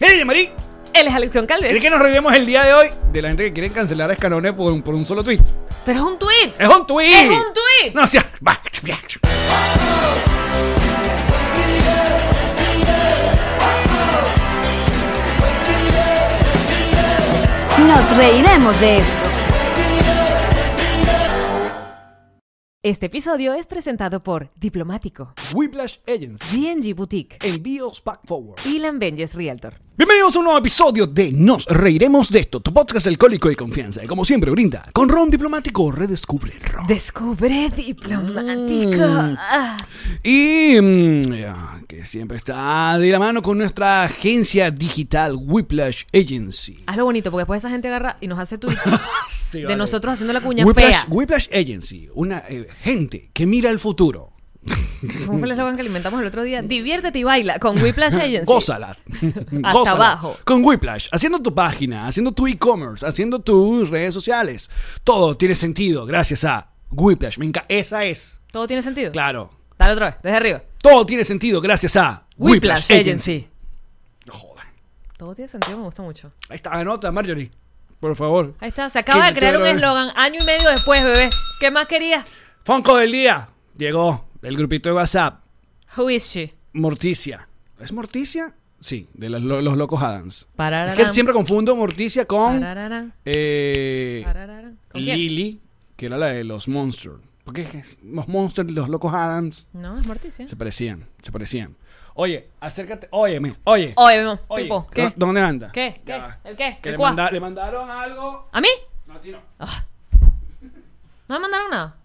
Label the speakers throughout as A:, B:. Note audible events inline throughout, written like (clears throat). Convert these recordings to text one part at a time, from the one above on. A: ¡Hey, Marí!
B: Él es Alexion
A: ¿De
B: Calves.
A: qué nos reiremos el día de hoy? De la gente que quiere cancelar a Escanone por un, por un solo tweet.
B: Pero es un tweet.
A: ¡Es un tweet!
B: ¡Es un tuit!
A: No, o sea, (laughs) va.
C: Nos reiremos de esto.
B: Este episodio es presentado por Diplomático,
A: Whiplash Agents.
B: DNG Boutique
A: Envíos back forward.
B: y Lambenges Realtor.
A: Bienvenidos a un nuevo episodio de Nos Reiremos de esto, tu podcast alcohólico y confianza. Y Como siempre, brinda con Ron Diplomático, redescubre el Ron.
B: Descubre Diplomático.
A: Mm.
B: Ah.
A: Y mm, ya, que siempre está de la mano con nuestra agencia digital Whiplash Agency.
B: Haz lo bonito, porque después esa gente agarra y nos hace tweets
A: (laughs) Sí,
B: de
A: vale.
B: nosotros haciendo la cuña
A: Whiplash,
B: fea.
A: Whiplash Agency, una eh, gente que mira el futuro.
B: ¿Cómo fue el eslogan que alimentamos el otro día?
A: Mm.
B: Diviértete y baila
A: (laughs)
B: con Whiplash Agency.
A: Gózala.
B: (laughs) Hasta abajo.
A: Con Whiplash, haciendo tu página, haciendo tu e-commerce, haciendo tus redes sociales. Todo tiene sentido gracias a Whiplash. Me enca- Esa es.
B: ¿Todo tiene sentido?
A: Claro.
B: Dale otra vez, desde arriba.
A: Todo tiene sentido gracias a
B: Whiplash, Agency.
A: Joder.
B: Todo tiene sentido, me gusta mucho.
A: Ahí está, anota, Marjorie. Por favor.
B: Ahí está, se acaba
A: Que
B: de crear
A: todo
B: un
A: lo-
B: eslogan año y medio después, bebé. ¿Qué más querías?
A: Fonco del día. Llegó el grupito de WhatsApp.
B: Who is she?
A: Morticia. ¿Es Morticia? Sí, de los, lo- los locos Adams.
B: Parararán.
A: Es que siempre confundo Morticia con
B: Parararán,
A: eh,
B: parararán. ¿Con quién?
A: Lily, que era la de los Monsters. Porque es que es- los Monsters, los locos Adams,
B: No, es ¿eh? Morticia.
A: se parecían, se parecían. Oye, acércate, óyeme, oye.
B: Oye, vemos,
A: oye,
B: Pipo, ¿qué?
A: ¿dó- ¿Dónde anda?
B: ¿Qué? ¿Qué?
A: Ya.
B: ¿El qué?
A: Que
B: ¿El
A: le,
B: cuá?
A: manda- le mandaron algo.
B: ¿A mí? Ah.
A: No, a ti no.
B: ¿No me mandaron nada?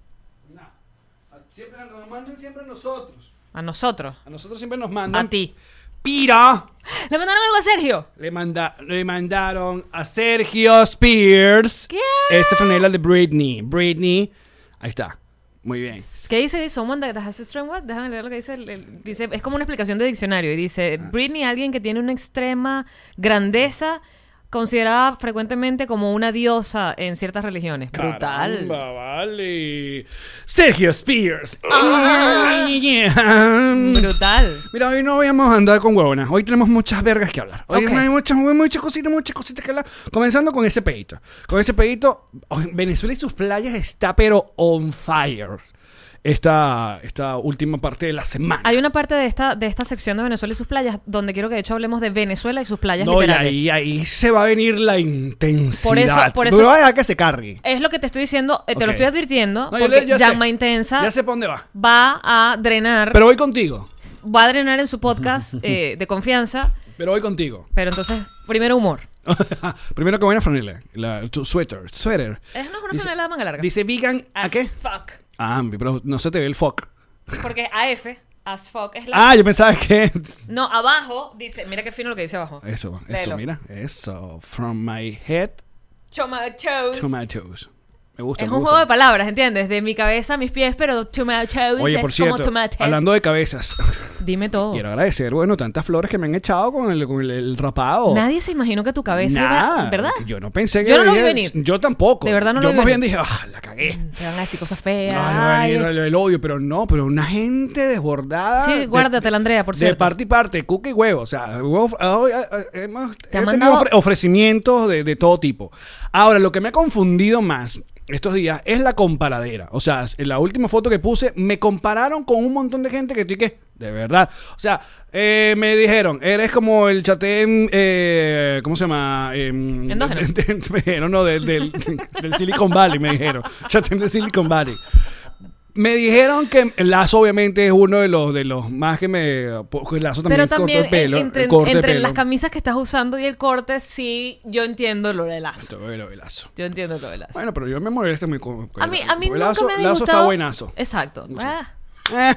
A: No. A- Siempre nos mandan siempre a nosotros.
B: A nosotros.
A: A nosotros siempre nos mandan.
B: A ti.
A: Pira.
B: ¿Le mandaron algo a Sergio?
A: Le, manda, le mandaron a Sergio Spears.
B: ¿Qué?
A: Esta franela de Britney. Britney. Ahí está. Muy bien.
B: ¿Qué dice Someone that has extreme what? Déjame leer lo que dice. el- el- dice es como una explicación de diccionario. Y dice,
A: Ah,
B: Britney, alguien que tiene una extrema grandeza considerada frecuentemente como una diosa en ciertas religiones. Brutal.
A: Caramba, vale. Sergio Spears.
B: Ah. Brutal.
A: Mira, hoy no vamos a andar con huevonas. Hoy tenemos muchas vergas que hablar. Hoy
B: Ok.
A: hay muchas, muchas cositas, muchas cositas que hablar. Comenzando con ese pedito. Con ese pedito, oh, Venezuela y sus playas está pero on fire. Esta, esta última parte de la semana.
B: Hay una parte de esta, de esta sección de Venezuela y sus playas donde quiero que de hecho hablemos de Venezuela y sus playas
A: No, y
B: literales.
A: ahí, ahí se va a venir la intensidad.
B: Por eso- por eso-
A: Pero va a dejar que se cargue.
B: Es lo que te estoy diciendo, eh, te
A: Ok.
B: lo estoy advirtiendo,
A: No, yo
B: porque
A: le- ya sé.
B: Llama Intensa
A: Ya sé para dónde va.
B: va a drenar,
A: Pero voy contigo.
B: va a drenar en
A: (laughs)
B: su podcast eh, de confianza,
A: Pero voy contigo.
B: pero entonces, primero humor.
A: (laughs) Primero que buena franela. La, tu suéter. Suéter.
B: Es no es una
A: Dice-
B: franela de manga larga.
A: Dice vegan. ¿A
B: As
A: qué?
B: fuck.
A: Ah, pero no se te ve el fuck.
B: Porque AF, as fuck, es la...
A: Ah, yo pensaba que. (laughs)
B: No, abajo dice, mira qué fino lo que dice abajo.
A: Eso, eso,
B: Léelo.
A: mira. Eso. From my head
B: Tomatoes.
A: to my toes. Me gusta.
B: Es
A: me
B: un
A: gusta.
B: juego de palabras, ¿entiendes? De mi cabeza a mis pies, pero tomatoes
A: Oye,
B: es
A: por cierto,
B: como tomatoes.
A: hablando de cabezas, (laughs)
B: Dime todo.
A: quiero agradecer, bueno, tantas flores que me han echado con el, con el, el rapado.
B: Nadie se imaginó que tu cabeza
A: Nah,
B: iba... ¿Verdad?
A: Yo no pensé que
B: Yo no lo vi
A: iba-
B: venir.
A: Yo tampoco.
B: De verdad no
A: yo
B: lo vi
A: más
B: venir.
A: bien dije, ah, la cagué.
B: Te van a decir cosas feas.
A: Ay,
B: ay,
A: el, el odio, pero no, pero una gente desbordada.
B: Sí,
A: de-
B: guárdatela, Andrea, por
A: De
B: cierto.
A: parte y parte, cuca y huevo. O sea, huevo- ah, oh, ay, ay, ay, eh, hemos he tenido
B: han mandado-
A: ofre- ofrecimientos de, de todo tipo. Ahora, lo que me ha confundido más estos días es la comparadera. O sea, en la última foto que puse, me compararon con un montón de gente que estoy que. De verdad. O sea, eh, me dijeron, eres como el chatén. eh, ¿Cómo se llama? Em,
B: Endógeno.
A: (laughs) me dijeron, no, de- del, del Silicon Valley, me
B: (laughs)
A: dijeron. Chatén de Silicon Valley. Me dijeron que Lazo obviamente es uno de los de los más que me porque Lazo también,
B: Pero
A: es corto
B: también
A: de pelo,
B: en- entre,
A: corte de
B: entre
A: pelo.
B: las camisas que estás usando y el corte, sí, yo entiendo lo de lazo.
A: Esto, bueno, de Lazo.
B: Yo entiendo lo de lazo.
A: Bueno, pero yo me molesto muy con
B: a mí, a mí
A: con
B: nunca
A: Lazo,
B: me ha disgustado.
A: Lazo está buenazo.
B: Exacto. Ah,
A: Eh,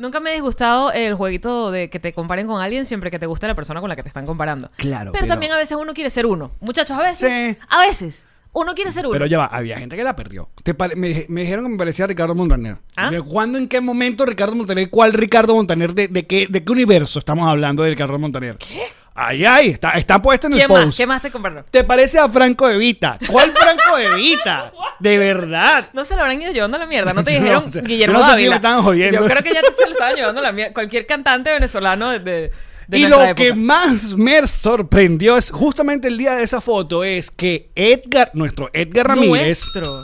B: nunca me ha disgustado el jueguito de que te comparen con alguien siempre que te guste la persona con la que te están comparando.
A: Claro,
B: Pero,
A: pero-
B: también a veces uno quiere ser uno. Muchachos, a veces.
A: Sí.
B: A veces. Uno quiere ser uno.
A: pero ya va, había gente que la perdió. Te pare- me, dije- me dijeron que me parecía a Ricardo Montaner.
B: ¿Ah?
A: ¿De cuándo, en qué momento Ricardo Montaner? ¿Cuál Ricardo Montaner? ¿De, de qué, de qué universo estamos hablando de Ricardo Montaner? ¿Qué? Ay, ay, está, está puesta en el
B: ¿Qué
A: post.
B: más? ¿Qué más te comparó?
A: ¿Te parece a Franco Evita? ¿Cuál Franco
B: (laughs)
A: Evita? De verdad.
B: No se lo habrán ido llevando a la mierda, no
A: (laughs)
B: te
A: Yo no
B: dijeron
A: sé.
B: Guillermo
A: Yo no sé si
B: Dávila.
A: me estaban jodiendo.
B: Yo creo que ya se lo estaban llevando a la mierda. Cualquier cantante venezolano de, de- de
A: y lo
B: nuestra
A: que
B: época.
A: más me sorprendió es justamente el día de esa foto es que Edgar, nuestro Edgar Ramírez,
B: Nuestro.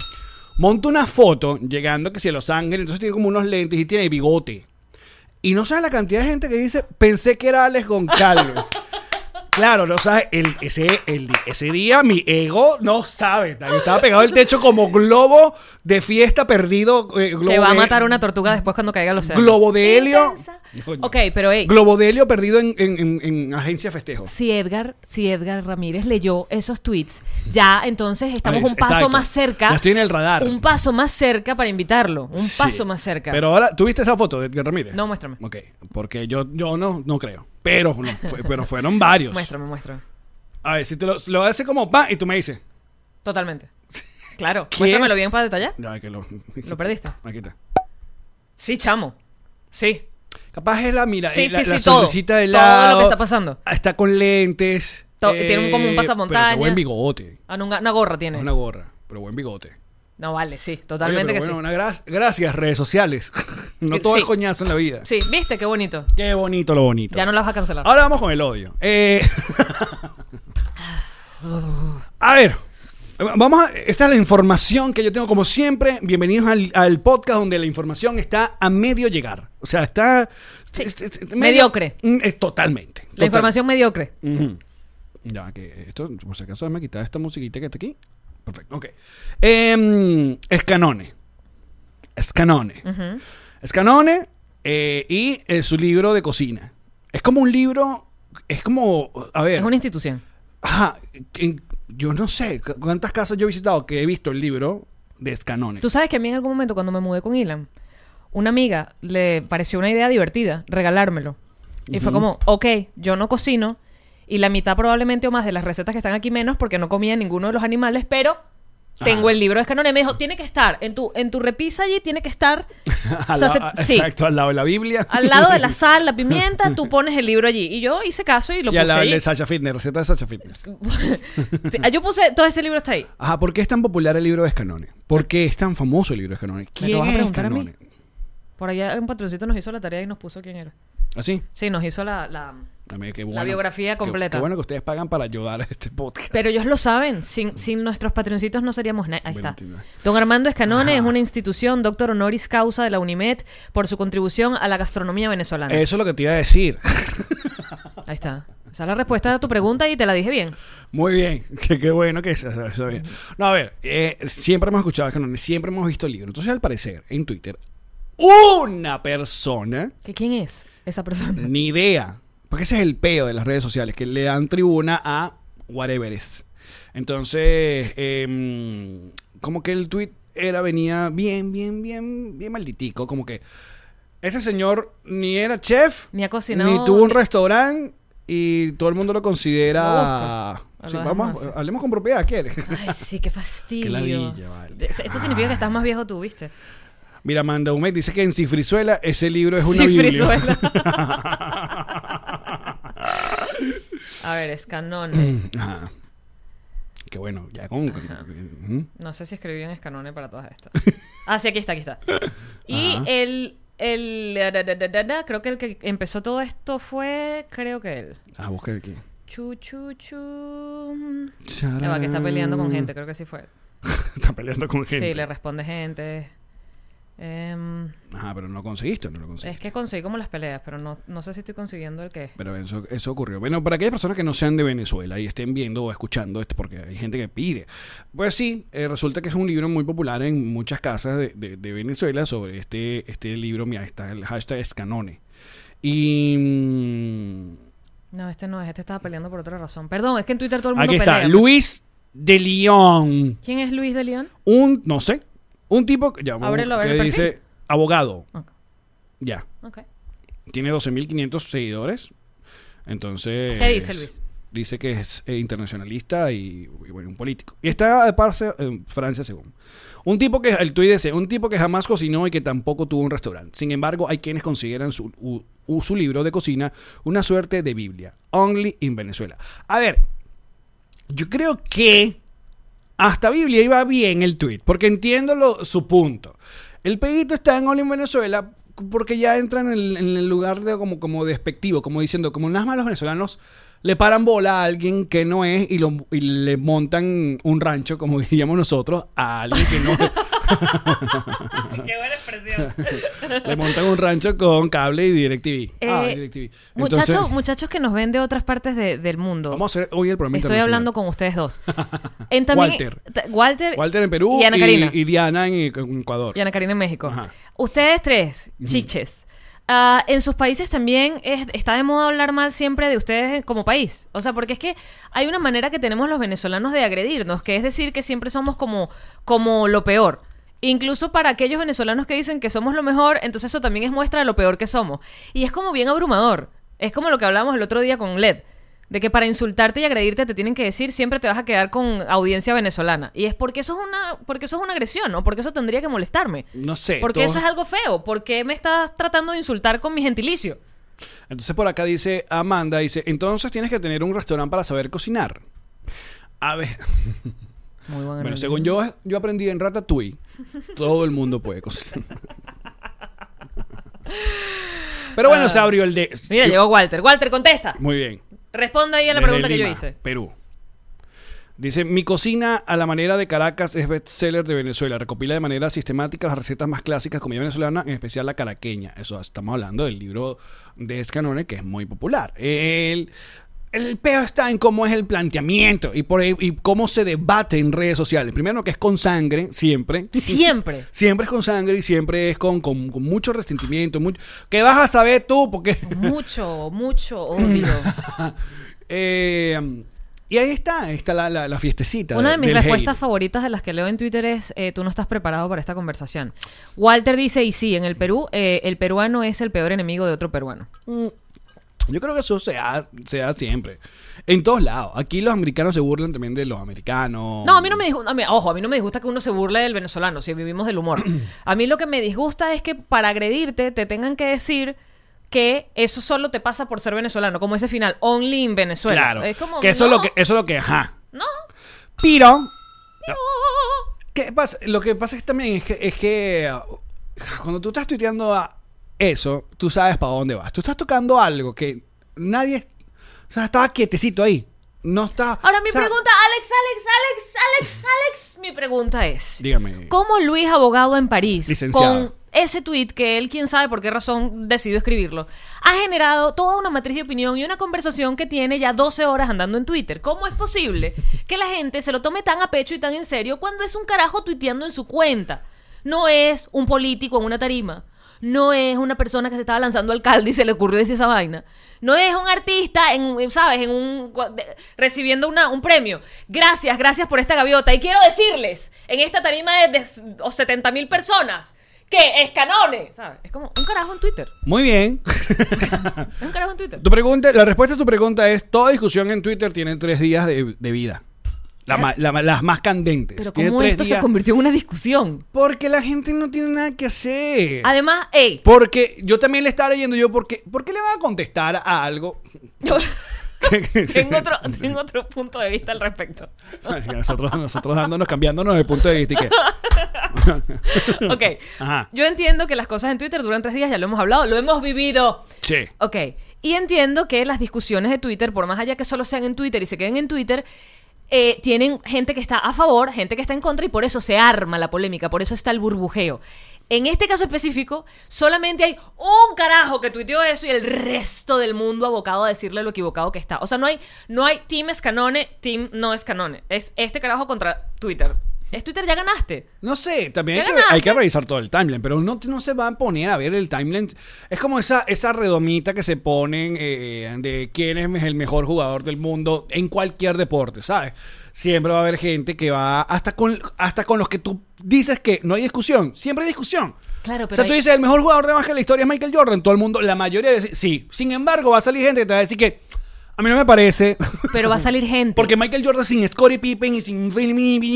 A: monta una foto llegando que si a Los Ángeles, entonces tiene como unos lentes y tiene bigote. Y no sabes la cantidad de gente que dice, pensé que era Alex Goncalves.
B: (laughs)
A: Claro, no sabes, el- ese, el- ese día mi ego no sabe. Yo estaba pegado al techo como globo de fiesta perdido. eh, globo
B: Que va a
A: de-
B: matar una tortuga después cuando caiga al océano.
A: Globo de helio.
B: Intensa.
A: Coño.
B: Ok, pero hey,
A: Globo de helio perdido en, en- en- en agencia festejo.
B: si Edgar, si Edgar Ramírez leyó esos tweets, ya entonces estamos
A: Ahí,
B: un paso
A: Pues, exacto.
B: más cerca.
A: Ya estoy en el radar.
B: Un paso más cerca para invitarlo. Un
A: Sí.
B: paso más cerca.
A: Pero ahora, ¿tuviste esa foto de Edgar Ramírez?
B: No, muéstrame.
A: Ok, porque yo, yo no, no creo. Pero, no,
B: (laughs)
A: fue- pero fueron varios.
B: Muéstrame, muéstrame.
A: A ver, si te lo, lo hace como pa y tú me dices. (laughs)
B: Totalmente. Claro.
A: ¿Qué?
B: Muéstramelo bien para detallar.
A: Ya, que lo,
B: ¿Lo perdiste?
A: Aquí está.
B: Sí, chamo. Sí.
A: Capaz es la mira,
B: Sí,
A: eh, la,
B: sí,
A: la
B: sí, todo.
A: sonrisita de
B: Todo lo
A: lado.
B: que está pasando.
A: Está con lentes.
B: To- tiene un- como un
A: eh,
B: pasamontaña.
A: Pero qué buen bigote.
B: Ah, no, una, una gorra tiene.
A: Una gorra, pero buen bigote.
B: No, vale, sí.
A: Oye,
B: Totalmente
A: pero
B: que
A: bueno,
B: sí.
A: una gra- gracias, redes sociales. (laughs) no
B: Eh,
A: todo
B: sí.
A: es coñazo en la vida.
B: Sí, viste, qué bonito.
A: Qué bonito lo bonito.
B: Ya no la vas a cancelar.
A: Ahora vamos con el odio. Eh, a ver. Vamos a, esta es la información que yo tengo como siempre. Bienvenidos al, al podcast donde la información está a medio llegar. O sea, está...
B: Sí.
A: es- es- es
B: Mediocre.
A: Mm, es totalmente.
B: La
A: Total-
B: información mediocre.
A: Ujú. Ya, que esto, por si acaso, me quitar esta musiquita que está aquí. Perfecto, ok. Em, Escanone. Escanone.
B: Ujú.
A: Escanone eh, y eh, su libro de cocina. Es como un libro, es como, a ver,
B: Es una institución.
A: ajá, en- yo no sé cu- cuántas casas yo he visitado que he visto el libro de Escanone.
B: Tú sabes que a mí en algún momento cuando me mudé con Ilan, una amiga le pareció una idea divertida regalármelo. Y fue como, ok, yo no cocino y la mitad probablemente o más de las recetas que están aquí menos porque no comía ninguno de los animales, pero tengo
A: Ah.
B: el libro de Escanone. Y me dijo, tiene que estar, en tu, en tu repisa allí tiene que estar.
A: (laughs) Al
B: sea,
A: la-
B: se-
A: a-
B: sí.
A: Exacto, al lado de la Biblia.
B: Al lado de la sal, la pimienta, tú pones el libro allí. Y yo hice caso y lo
A: (laughs) y
B: puse
A: al lado
B: ahí.
A: de Sasha Fitness, receta de Sasha Fitness.
B: (laughs) Sí, ah, yo puse, todo ese libro está ahí.
A: Ajá, ¿por qué es tan popular el libro de Escanone? ¿Por qué es tan famoso el libro de Escanone? ¿Quién
B: vas a
A: es
B: preguntar a mí?
A: Escanone?
B: Por allá un patroncito nos hizo la tarea y nos puso quién era.
A: ¿Así?
B: Sí, nos hizo la- la
A: A mí, ¿Ah, qué bueno.
B: biografía
A: Qué-
B: completa.
A: Qué, bueno que ustedes pagan para ayudar a este podcast.
B: Pero ellos lo saben, sin, sin nuestros patroncitos no seríamos nada. Ahí está.
A: Valentina.
B: Don Armando Escanone
A: Ajá.
B: es una institución, doctor honoris causa de la UNIMED, por su contribución a la gastronomía venezolana.
A: Eso es lo que te iba a decir.
B: Ahí está. Esa es la respuesta a tu pregunta y te la dije bien.
A: Muy bien, (laughs) qué, qué bueno que se se- se- bien. No, a ver, eh, siempre hemos escuchado a Canone, siempre hemos visto el libro. Entonces, al parecer, en Twitter, una persona,
B: ¿Que ¿Quién es esa persona?
A: ni idea, porque ese es el peo de las redes sociales, que le dan tribuna a whatever is. Entonces, em, como que el tweet era, venía bien, bien, bien, bien malditico, como que ese señor ni era chef,
B: Ni ha cocinado,
A: ni tuvo un
B: ni-
A: restaurante y todo el mundo lo
B: eh, Lo
A: considera...
B: busca.
A: Sí,
B: Lo
A: vamos,
B: dejamos así.
A: hablemos con propiedad, ¿quieres?
B: Ay, sí, qué fastidio.
A: Qué ladilla, vale.
B: Esto significa que estás más viejo tú, ¿viste?
A: (laughs) Mira, Amanda Humet dice que en Cifrizuela ese libro es una
B: Sí,
A: biblia.
B: Frizuela. a ver, Escanone.
A: (laughs) Ajá. Qué bueno, ya con...
B: Ajá.
A: Ujú.
B: No sé si escribí en escanone para todas
A: (laughs)
B: estas. Ah, sí, aquí está, aquí está. Y
A: Ajá.
B: el, el... da, da, da, da, da, da, Creo que el que empezó todo esto fue... Creo que él.
A: Ah, busca aquí.
B: Chu, chu, chu. Ya va, que está peleando con gente. Creo que sí fue él.
A: (laughs) está peleando con gente.
B: Sí, le responde gente. Em,
A: Ajá, pero no conseguiste, no lo
B: es
A: conseguiste.
B: que conseguí como las peleas, pero no, no sé si estoy consiguiendo el que es.
A: Pero eso, eso ocurrió. Bueno, para aquellas personas que no sean de Venezuela y estén viendo o escuchando esto, porque hay gente que pide. Pues sí, eh, resulta que es un libro muy popular en muchas casas de, de- de Venezuela sobre este, este libro. Mira, está el hashtag Escanone. Y. mm,
B: No, este no es. Este estaba peleando por otra razón. Perdón, es que en Twitter todo el mundo
A: Aquí está,
B: pelea.
A: Luis de León.
B: ¿Quién es Luis de León?
A: Un, no sé, un tipo que- ya,
B: Ábrelo, a ver
A: que
B: el perfil.
A: dice abogado.
B: Ok.
A: Ya.
B: Ok.
A: Tiene 12.500 seguidores. Entonces.
B: ¿Qué dice Luis?
A: Dice que es eh, internacionalista y, y bueno, un político. Y está de parte en Francia, según. Un tipo que, el tuit dice, un tipo que jamás cocinó y que tampoco tuvo un restaurante. Sin embargo, hay quienes consideran su, u- u- su libro de cocina una suerte de Biblia. Only in Venezuela. A ver, yo creo que hasta Biblia iba bien el tweet, porque entiendo lo- su punto. El pedito está en All in Venezuela porque ya entran en el, en el lugar de como, como despectivo, como diciendo, como nada más los venezolanos le paran bola a alguien que no es y, lo, y le montan un rancho, como (laughs) diríamos nosotros, a alguien que no
B: (laughs)
A: es.
B: (laughs) Qué buena (laughs) expresión.
A: le montan un rancho con cable y DirecTV. ah,
B: Eh,
A: DirecTV. Entonces,
B: Muchachos, muchachos que nos ven de otras partes de- del mundo.
A: vamos a hacer hoy el programa
B: Estoy
A: internacional.
B: hablando con
A: (laughs)
B: ustedes dos. En también-
A: Walter.
B: ta- Walter.
A: Walter en Perú
B: Y Ana Karina.
A: y Diana en, en Ecuador.
B: Y Ana Karina en México.
A: Ajá.
B: Ustedes tres, chiches. ah, en sus países también es- está de moda hablar mal siempre de ustedes como país. O sea, porque es que hay una manera que tenemos los venezolanos de agredirnos, que es decir que siempre somos como, como lo peor. Incluso para aquellos venezolanos que dicen que somos lo mejor, entonces eso también es muestra de lo peor que somos. Y es como bien abrumador. Es como lo que hablábamos el otro día con LED. De que para insultarte y agredirte te tienen que decir siempre te vas a quedar con audiencia venezolana. Y es porque eso es una, porque eso es una agresión, ¿no? Porque eso tendría que molestarme.
A: No sé,
B: Porque
A: Eh, todo-
B: eso es algo feo. Porque me estás tratando de insultar con mi gentilicio.
A: Entonces por acá dice Amanda, dice, entonces tienes que tener un restaurante para saber cocinar. A ver, (laughs)
B: Muy buen
A: bueno,
B: argumento.
A: según yo, yo aprendí en Ratatouille, todo el mundo puede cocinar. (laughs) Pero bueno, se abrió el de...
B: Ah. Mira, llegó Walter. Walter, contesta.
A: Muy bien.
B: Responda ahí a la
A: Desde
B: pregunta que yo
A: Lima,
B: hice.
A: Perú. Dice, mi cocina a la manera de Caracas es bestseller de Venezuela. Recopila de manera sistemática las recetas más clásicas de comida venezolana, en especial la caraqueña. Eso estamos hablando del libro de Escanone, que es muy popular. El, el peo está en cómo es el planteamiento y, por, ahí- y cómo se debate en redes sociales. Primero que es con sangre, siempre.
B: Siempre.
A: (laughs) Siempre es con sangre y siempre es con, con- con mucho resentimiento. Mucho, ¿Qué vas a saber tú? Porque...
B: Mucho,
A: (laughs)
B: mucho odio.
A: Eh, y ahí está, ahí está la, la- la fiestecita.
B: Una de mis
A: del
B: respuestas
A: hate.
B: favoritas de las que leo en Twitter es, eh, tú no estás preparado para esta conversación. Walter dice, y sí, en el Perú, eh, el peruano es el peor enemigo de otro peruano.
A: Yo creo que eso se da, se da siempre. En todos lados. Aquí los americanos se burlan también de los americanos.
B: No, a mí no me disgusta, a mí- ojo, a mí no me disgusta que uno se burle del venezolano, si vivimos
A: (clears throat)
B: del humor. A mí lo que me disgusta es que para agredirte te tengan que decir que eso solo te pasa por ser venezolano, como ese final, only in Venezuela.
A: Claro.
B: Es como,
A: que eso
B: no,
A: es lo que, eh, eso es lo que, ajá.
B: No.
A: Pero. ¿Qué pasa? Lo que pasa es también es que, es que uh, cuando tú estás tuiteando a eso, tú sabes para dónde vas. Tú estás tocando algo que nadie. O sea, estaba quietecito ahí. No está.
B: Ahora mi
A: o sea,
B: pregunta, Alex, Alex, Alex, Alex, Alex, mi pregunta es...
A: Dígame.
B: ¿Cómo Luis, abogado en París,
A: Licenciada.
B: con ese tuit que él, quién sabe por qué razón, decidió escribirlo, ha generado toda una matriz de opinión y una conversación que tiene ya 12 horas andando en Twitter? ¿Cómo es posible que la gente se lo tome tan a pecho y tan en serio cuando es un carajo tuiteando en su cuenta? No es un político en una tarima. No es una persona que se estaba lanzando alcalde y se le ocurrió decir esa vaina. No es un artista, en, un- ¿sabes? En un, cua- de- recibiendo una- un premio. Gracias, gracias por esta gaviota. Y quiero decirles, en esta tarima de, de o 70 mil personas, que es canone. ¿Sabes? Es como un carajo en Twitter.
A: Muy bien. (laughs)
B: Es un carajo en Twitter.
A: Tu pregunta, la respuesta a tu pregunta es: toda discusión en Twitter tiene tres días de, de vida. La ma- la- las más candentes.
B: Pero
A: Tiene
B: cómo
A: tres
B: esto se
A: días-
B: convirtió en una discusión.
A: Porque la gente no tiene nada que hacer.
B: Además, ey.
A: porque yo también le estaba leyendo yo, porque, ¿por qué le van a contestar a algo? (laughs)
B: tengo, otro, tengo otro punto de vista al respecto.
A: (laughs) nosotros, nosotros dándonos, cambiándonos de punto de vista. y
B: (laughs)
A: que-
B: Ok.
A: Ajá.
B: Yo entiendo que las cosas en Twitter duran tres días, ya lo hemos hablado, lo hemos vivido.
A: Sí.
B: Ok. Y entiendo que las discusiones de Twitter, por más allá que solo sean en Twitter y se queden en Twitter, eh, tienen gente que está a favor, gente que está en contra y por eso se arma la polémica, por eso está el burbujeo. En este caso específico, solamente hay un carajo que tuiteó eso y el resto del mundo abocado a decirle lo equivocado que está. O sea, no hay, no hay team es canone, team no es canone. Es este carajo contra Twitter. Es Twitter, ya ganaste.
A: No sé, también hay
B: Pero
A: que,
B: nada,
A: hay que
B: pero-
A: revisar todo el timeline, pero no, no se va a poner a ver el timeline. Es como esa, esa redomita que se ponen eh, de quién es el mejor jugador del mundo en cualquier deporte, ¿sabes? Siempre va a haber gente que va hasta con, hasta con los que tú dices que no hay discusión. Siempre hay discusión.
B: Claro,
A: o
B: pero
A: sea, tú
B: hay-
A: dices, el mejor jugador de más que la historia es Michael Jordan. Todo el mundo, la mayoría dice, sí. Sin embargo, va a salir gente que te va a decir que a mí no me parece. (laughs)
B: Pero va a salir gente.
A: Porque Michael Jordan sin Scottie Pippen y sin...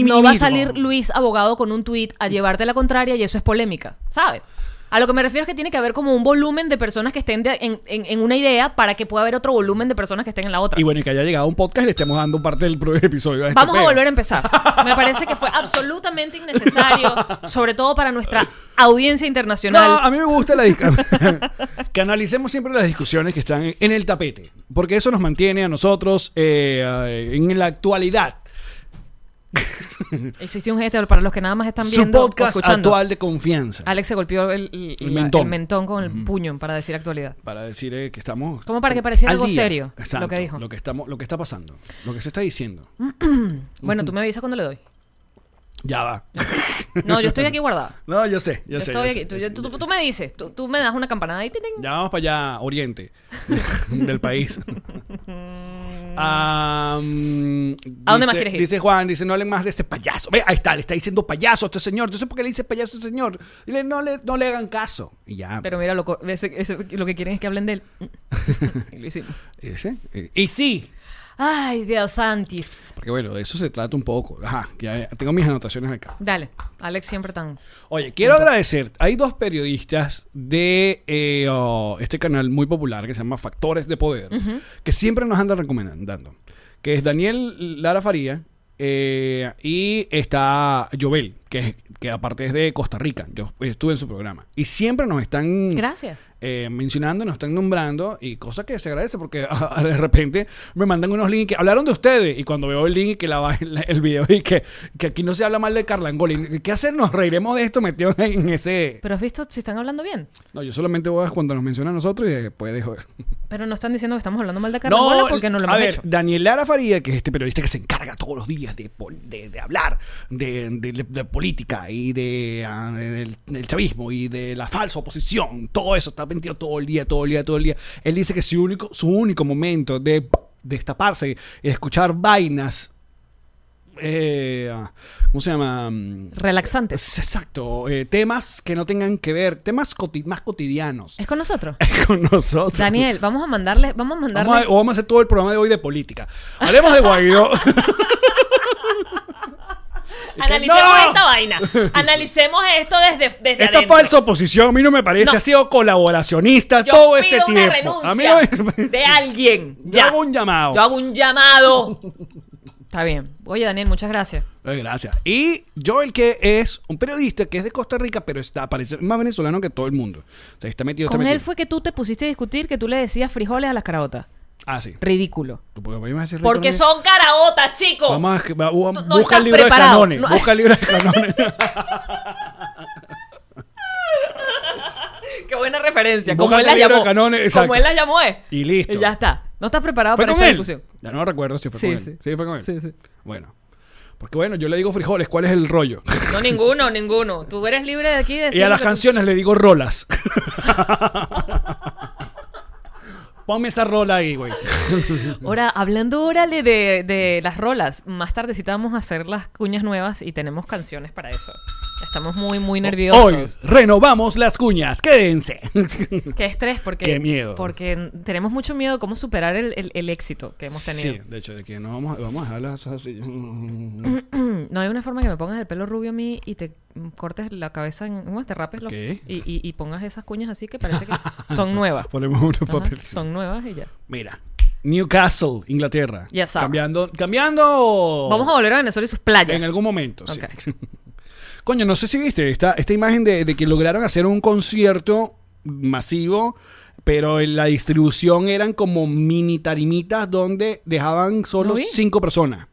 B: no va a salir Luis abogado con un tuit a llevarte la contraria y eso es polémica, ¿sabes? A lo que me refiero es que tiene que haber como un volumen de personas que estén de- en, en- en una idea para que pueda haber otro volumen de personas que estén en la otra.
A: Y bueno, y que haya llegado un podcast y le estemos dando parte del primer episodio. este
B: Vamos a
A: peo.
B: volver a empezar. Me parece que fue absolutamente innecesario, sobre todo para nuestra audiencia internacional.
A: No, a mí me gusta la discusión.
B: (laughs)
A: (laughs) que analicemos siempre las discusiones que están en- en el tapete. Porque eso nos mantiene a nosotros eh, en la actualidad.
B: Existe un gesto para los que nada más están
A: Su
B: viendo o
A: podcast
B: escuchando.
A: actual de confianza.
B: Alex se golpeó el, el-
A: El
B: la-
A: mentón.
B: el mentón con el puño para decir actualidad.
A: Para decir eh, que estamos.
B: Como para que pareciera
A: al
B: algo
A: día.
B: serio,
A: Exacto,
B: lo que dijo. Mm.
A: Lo que, estamos, lo que está pasando. Lo que se está diciendo.
B: Bueno, tú me avisas cuando le doy.
A: Ya va.
B: No, yo estoy aquí guardada.
A: No, yo sé, yo,
B: Yo
A: sé.
B: estoy
A: yo
B: aquí.
A: sé,
B: Tú,
A: yo
B: yo-
A: sé,
B: tú-
A: yo
B: tú-
A: sé.
B: tú me dices, tú, tú me das una campanada y te
A: Ya vamos para allá,
B: (laughs)
A: oriente del país. Ah, mm,
B: ¿A dónde más
A: dice-
B: quieres ir?
A: Dice Juan, dice, no hablen más de este payaso. Ve, ahí está, le está diciendo payaso a este señor. Yo sé por qué le dice payaso a este señor. Dile, no, le, no le hagan caso. Y ya.
B: Pero mira, lo, co- ese- ese- lo que quieren es que hablen de
A: (laughs)
B: él. Y lo hicimos.
A: Ese, eh, y sí.
B: Ay, Dios Santis.
A: Porque bueno, de eso se trata un poco. Ajá, ya tengo mis anotaciones acá.
B: Dale, Alex siempre tan.
A: Oye, quiero agradecer. Hay dos periodistas de eh, oh, este canal muy popular que se llama Factores de Poder, que siempre nos andan recomendando. Que es Daniel Lara Faría eh, y está Jovel, que, es- que aparte es de Costa Rica. Yo estuve en su programa. Y siempre nos están
B: Gracias.
A: eh, mencionando, nos están nombrando y cosa que se agradece porque (laughs) ah, de repente me mandan unos links que hablaron de ustedes y cuando veo el link y que la, va- (laughs) la- el video y que, que aquí no se habla mal de Carlangoli, ¿qué hacer? Nos reiremos de esto metido en ese...
B: Pero has visto si están hablando bien.
A: No, yo solamente voy a cuando nos mencionan a nosotros y después dejo eso.
B: Pero no están diciendo que estamos hablando mal de Carrangola porque no lo
A: a
B: hemos
A: ver,
B: hecho.
A: Daniel Lara Faría, que es este periodista que se encarga todos los días de, pol- de, de hablar de, de- de- de política y de, ah, de- del, del chavismo y de la falsa oposición, todo eso, está metido todo el día, todo el día, todo el día. Él dice que su único, su único momento de destaparse y de escuchar vainas, eh, ah, ¿cómo se llama? Mm,
B: Relaxantes.
A: es- Exacto, eh, temas que no tengan que ver, temas coti- más cotidianos (laughs)
B: Es con nosotros.
A: con nosotros.
B: (laughs) Daniel, vamos a mandarle, vamos a mandarle.
A: Vamos a, o vamos a hacer todo el programa de hoy de política. Hablemos
B: (laughs)
A: de Guaidó.
B: Analicemos
A: ¡No! (laughs)
B: esta vaina. Analicemos esto desde,
A: (laughs)
B: desde
A: Esta
B: adentro.
A: falsa oposición a mí no me parece.
B: No.
A: Ha sido colaboracionista
B: Yo
A: todo
B: pido
A: este tiempo.
B: una renuncia
A: A mí no me-
B: de alguien.
A: (laughs) Yo
B: Ya.
A: hago un llamado.
B: Yo hago un llamado. Está bien. Oye, Daniel, muchas gracias.
A: Ay, Eh, gracias. Y Joel, que es un periodista que es de Costa Rica, pero está, parece más venezolano que todo el mundo. O sea, está metido, está
B: Con
A: metido.
B: él fue que tú te pusiste a discutir que tú le decías frijoles a las caraotas.
A: Ah, sí.
B: Ridículo.
A: ¿Tú puedes- me ibas a decir
B: Porque
A: Ricardo?
B: son caraotas, chicos.
A: Vamos a, va- bu-
B: no
A: busca
B: estás
A: el libro de
B: preparado.
A: canones.
B: No.
A: Busca el libro de
B: (laughs)
A: canones.
B: Qué buena referencia.
A: Búscate
B: Como él la
A: el libro de
B: llamó.
A: canones, exacto.
B: como él la llamó, es.
A: Y listo.
B: ya está. No estás preparado
A: ¿Fue
B: Ah, para
A: con
B: esta
A: él?
B: discusión.
A: Ya no recuerdo si fue
B: Sí,
A: con él.
B: sí.
A: Sí, fue con él.
B: Sí, sí.
A: Bueno. Porque bueno, yo le digo frijoles, ¿cuál es el rollo?
B: No, ninguno, ninguno. Tú eres libre de aquí de
A: Y
B: decir
A: a
B: lo
A: las
B: que tú-
A: canciones le digo rolas. (laughs) Ponme esa rola ahí, güey.
B: Ahora, hablando órale de, de las rolas, más tardecita vamos a hacer las cuñas nuevas y tenemos canciones para eso. Estamos muy, muy
A: Oh, Hoy
B: nerviosos.
A: renovamos las cuñas, quédense.
B: Qué estrés, porque,
A: Qué miedo.
B: porque tenemos mucho miedo de cómo superar el, el- el éxito que hemos
A: Sí,
B: tenido. (clears throat)
A: de hecho, de que no vamos a, vamos a dejarlas así. (laughs)
B: No hay una forma que me pongas el pelo rubio a mí y te mm, cortes la cabeza, en, ¿cómo? te rapes lo-
A: ¿Qué?
B: Y, y- y pongas esas cuñas así que parece que
A: (laughs)
B: son nuevas.
A: Ponemos unos
B: Ajá,
A: papeles.
B: son nuevas y ya.
A: Mira, Newcastle, Inglaterra.
B: Ya sabes.
A: Cambiando, cambiando.
B: Vamos a volver a Venezuela y sus playas.
A: En algún momento, sí.
B: Ok. (laughs)
A: Coño, no sé si viste esta, esta imagen de, de que lograron hacer un concierto masivo, pero en la distribución eran como mini tarimitas donde dejaban solo
B: ¿Lo vi?
A: cinco personas.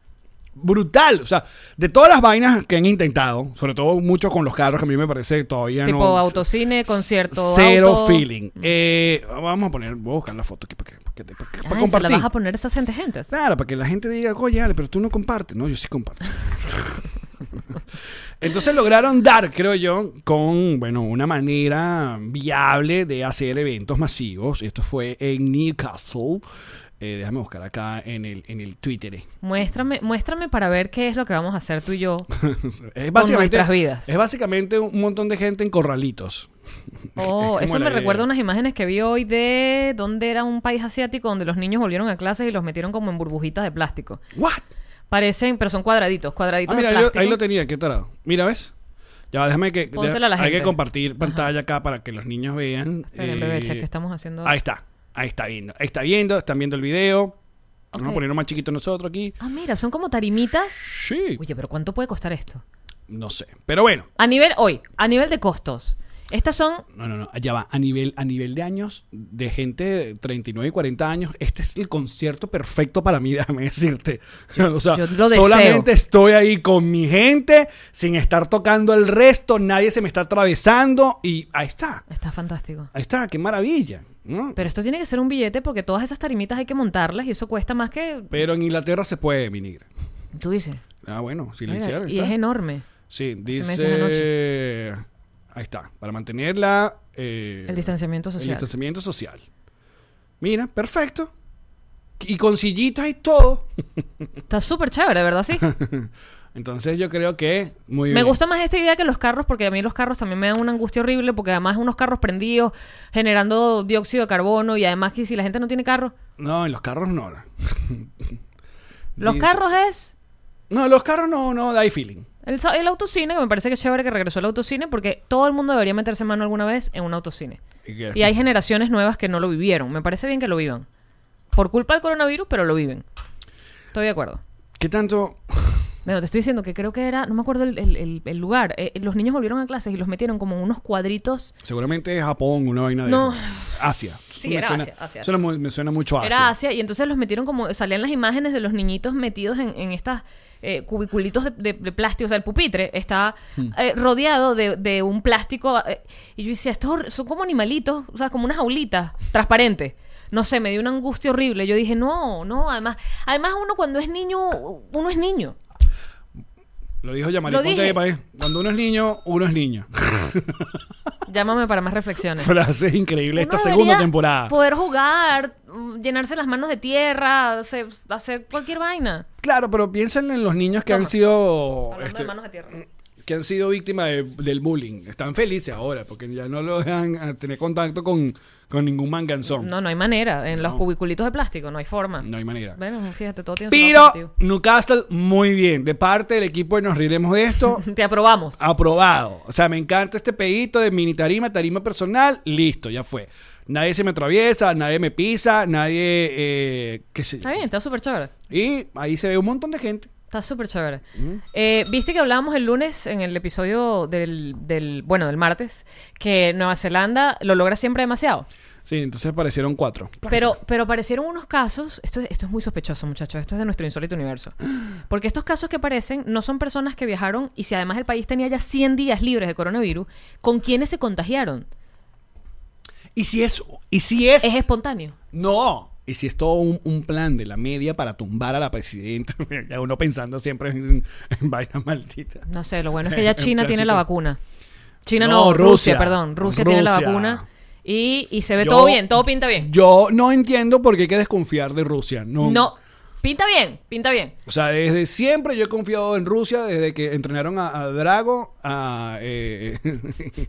A: Brutal, o sea, de todas las vainas que han intentado, sobre todo mucho con los carros, que a mí me parece que todavía
B: Tipo
A: no.
B: autocine, concierto.
A: Cero
B: auto.
A: feeling. Eh, vamos a poner, voy a buscar la foto aquí para, que- para que- para que- para
B: Ay, ¿se
A: compartir.
B: la vas a poner a estas gente, gente?
A: Claro, para que la gente diga, oye, Ale, pero tú no compartes. No, yo sí
B: (laughs)
A: comparto. Entonces lograron dar, creo yo, con, bueno, una manera viable de hacer eventos masivos. Esto fue en Newcastle. Eh, déjame buscar acá en el, en el Twitter. eh.
B: Muéstrame, muéstrame para ver qué es lo que vamos a hacer tú y yo.
A: Es
B: nuestras vidas.
A: Es básicamente un montón de gente en corralitos. (laughs)
B: Oh,
A: como
B: eso
A: la
B: me
A: idea.
B: recuerda unas imágenes que vi hoy de donde era un país asiático donde los niños volvieron a clases y los metieron como en burbujitas de plástico.
A: ¿What?
B: Parecen, pero son cuadraditos,
A: Ah,
B: cuadraditos
A: mira, ahí
B: de
A: lo,
B: plástico.
A: ahí lo tenía, qué tarado. Mira, ¿ves? Ya, va, déjame que.
B: Pónsela a la
A: Hay que
B: gente.
A: compartir pantalla acá para que los niños vean.
B: Esperen,
A: eh,
B: bebé, check, ¿qué estamos haciendo?
A: Ahí está. Ahí está viendo. Ahí está viendo, están viendo el video. Vamos a
B: Ok.
A: ponerlo más chiquito nosotros aquí.
B: Ah, mira, son como tarimitas.
A: Sí.
B: Oye, pero ¿cuánto puede costar esto?
A: No sé. Pero bueno.
B: A nivel, hoy, a nivel de costos. Estas son
A: No, no, no. Allá va. A nivel, a nivel de años, de gente de 39 y 40 años, este es el concierto perfecto para mí, (laughs) déjame decirte. o sea,
B: yo lo deseo.
A: solamente estoy ahí con mi gente, sin estar tocando el resto, nadie se me está atravesando y ahí está.
B: Está fantástico.
A: Ahí está, qué maravilla. ¿no? Pero,
B: Pero esto tiene que ser un billete porque todas esas tarimitas hay que montarlas y eso cuesta más que.
A: en Inglaterra se puede venir.
B: Tú dices.
A: Ah, bueno, si lo
B: Oiga,
A: hicieron. ahí
B: y
A: está.
B: es enorme.
A: Sí,
B: meses
A: dice. Ahí está. Para mantener la, eh,
B: El distanciamiento
A: el
B: social.
A: distanciamiento social. Mira, perfecto. Y con sillitas y todo.
B: Está súper chévere, de ¿verdad? Sí.
A: (laughs) Entonces yo creo que muy
B: me
A: bien.
B: gusta más esta idea que los carros porque a mí los carros también me dan una angustia horrible porque además unos carros prendidos generando dióxido de carbono y además que si la gente no tiene carro.
A: No, en los carros no. no.
B: Los
A: Dice-
B: carros es.
A: No, los carros no, no, da feeling.
B: El, sa- el autocine, que me parece que es chévere que regresó el autocine porque todo el mundo debería meterse mano alguna vez en un autocine.
A: Y que-
B: Y hay generaciones nuevas que no lo vivieron. Me parece bien que lo vivan. Por culpa del coronavirus, pero lo viven. Estoy de acuerdo.
A: ¿Qué tanto?
B: Bueno, te estoy diciendo que creo que era, no me acuerdo el, el- el- el lugar. Eh, los niños volvieron a clases y los metieron como en unos cuadritos.
A: Seguramente es Japón, una vaina de
B: No.
A: esas. Asia.
B: Sí,
A: me
B: era
A: suena,
B: Asia, Asia,
A: suena muy- me suena mucho a Asia.
B: Era Asia y entonces los metieron como, salían las imágenes de los niñitos metidos en, en estas eh, cubiculitos de, de- de plástico. O sea, el pupitre está
A: Hmm.
B: eh, rodeado de, de un plástico. eh, y yo decía, estos hor- son como animalitos, o sea, como unas aulitas transparentes. No sé, me dio una angustia horrible. Yo dije, no, no, además, además uno cuando es niño, uno es niño.
A: Lo dijo Yamari.
B: Lo
A: Ponte
B: dije.
A: ahí, pa' ahí. Cuando uno es niño, uno es niño. (laughs)
B: Llámame para más reflexiones.
A: Frases increíbles esta
B: Uno debería
A: segunda temporada.
B: Poder jugar, mm, llenarse las manos de tierra, hacer, hacer cualquier vaina.
A: Claro, pero piensen en los niños que han
B: Toma.
A: sido
B: Hablando
A: este,
B: de manos de tierra.
A: que han sido víctimas de- del bullying. Están felices ahora porque ya no lo dejan eh, tener contacto con, con ningún manganzón. No,
B: No, no hay manera. En los
A: No.
B: cubiculitos de plástico, no hay forma.
A: hay manera.
B: Bueno, fíjate, todo tiene su lado
A: Pero
B: positivo.
A: Newcastle, muy bien. De parte del equipo de Nos Riremos de Esto,
B: (laughs) Te aprobamos.
A: Ah. aprobado. O sea, me encanta este pedito de mini tarima, tarima personal. Listo, ya fue. Nadie se me atraviesa, nadie me pisa, nadie... Eh, qué sé yo.
B: Está bien, está súper chévere.
A: Y ahí se ve un montón de gente.
B: Está súper chévere.
A: Mm.
B: Eh, Viste que hablábamos el lunes en el episodio del, del, bueno, del martes, que Nueva Zelanda lo logra siempre demasiado.
A: Sí, entonces aparecieron cuatro.
B: Pero, pero aparecieron unos casos, esto, es- esto es muy sospechoso muchachos, esto es de nuestro insólito universo. Porque estos casos que aparecen no son personas que viajaron y si además el país tenía ya 100 días libres de coronavirus, ¿con quiénes se contagiaron?
A: ¿Y si es? ¿Y si es?
B: Es espontáneo.
A: no. ¿Y si es todo un, un plan de la media para tumbar a la presidenta? (laughs) Ya Uno pensando siempre en, en vainas malditas.
B: No sé, lo bueno es que ya
A: En
B: China tiene la
A: plancito.
B: vacuna. China
A: No,
B: no, Rusia,
A: Rusia.
B: perdón. Rusia, tiene la
A: Rusia.
B: vacuna y, y se ve
A: Yo-
B: todo bien, todo pinta bien.
A: Yo no entiendo por qué hay que desconfiar de Rusia. No.
B: No, pinta bien, pinta bien.
A: O sea, desde siempre yo he confiado en Rusia, desde que entrenaron a, a Drago, a, eh, (laughs)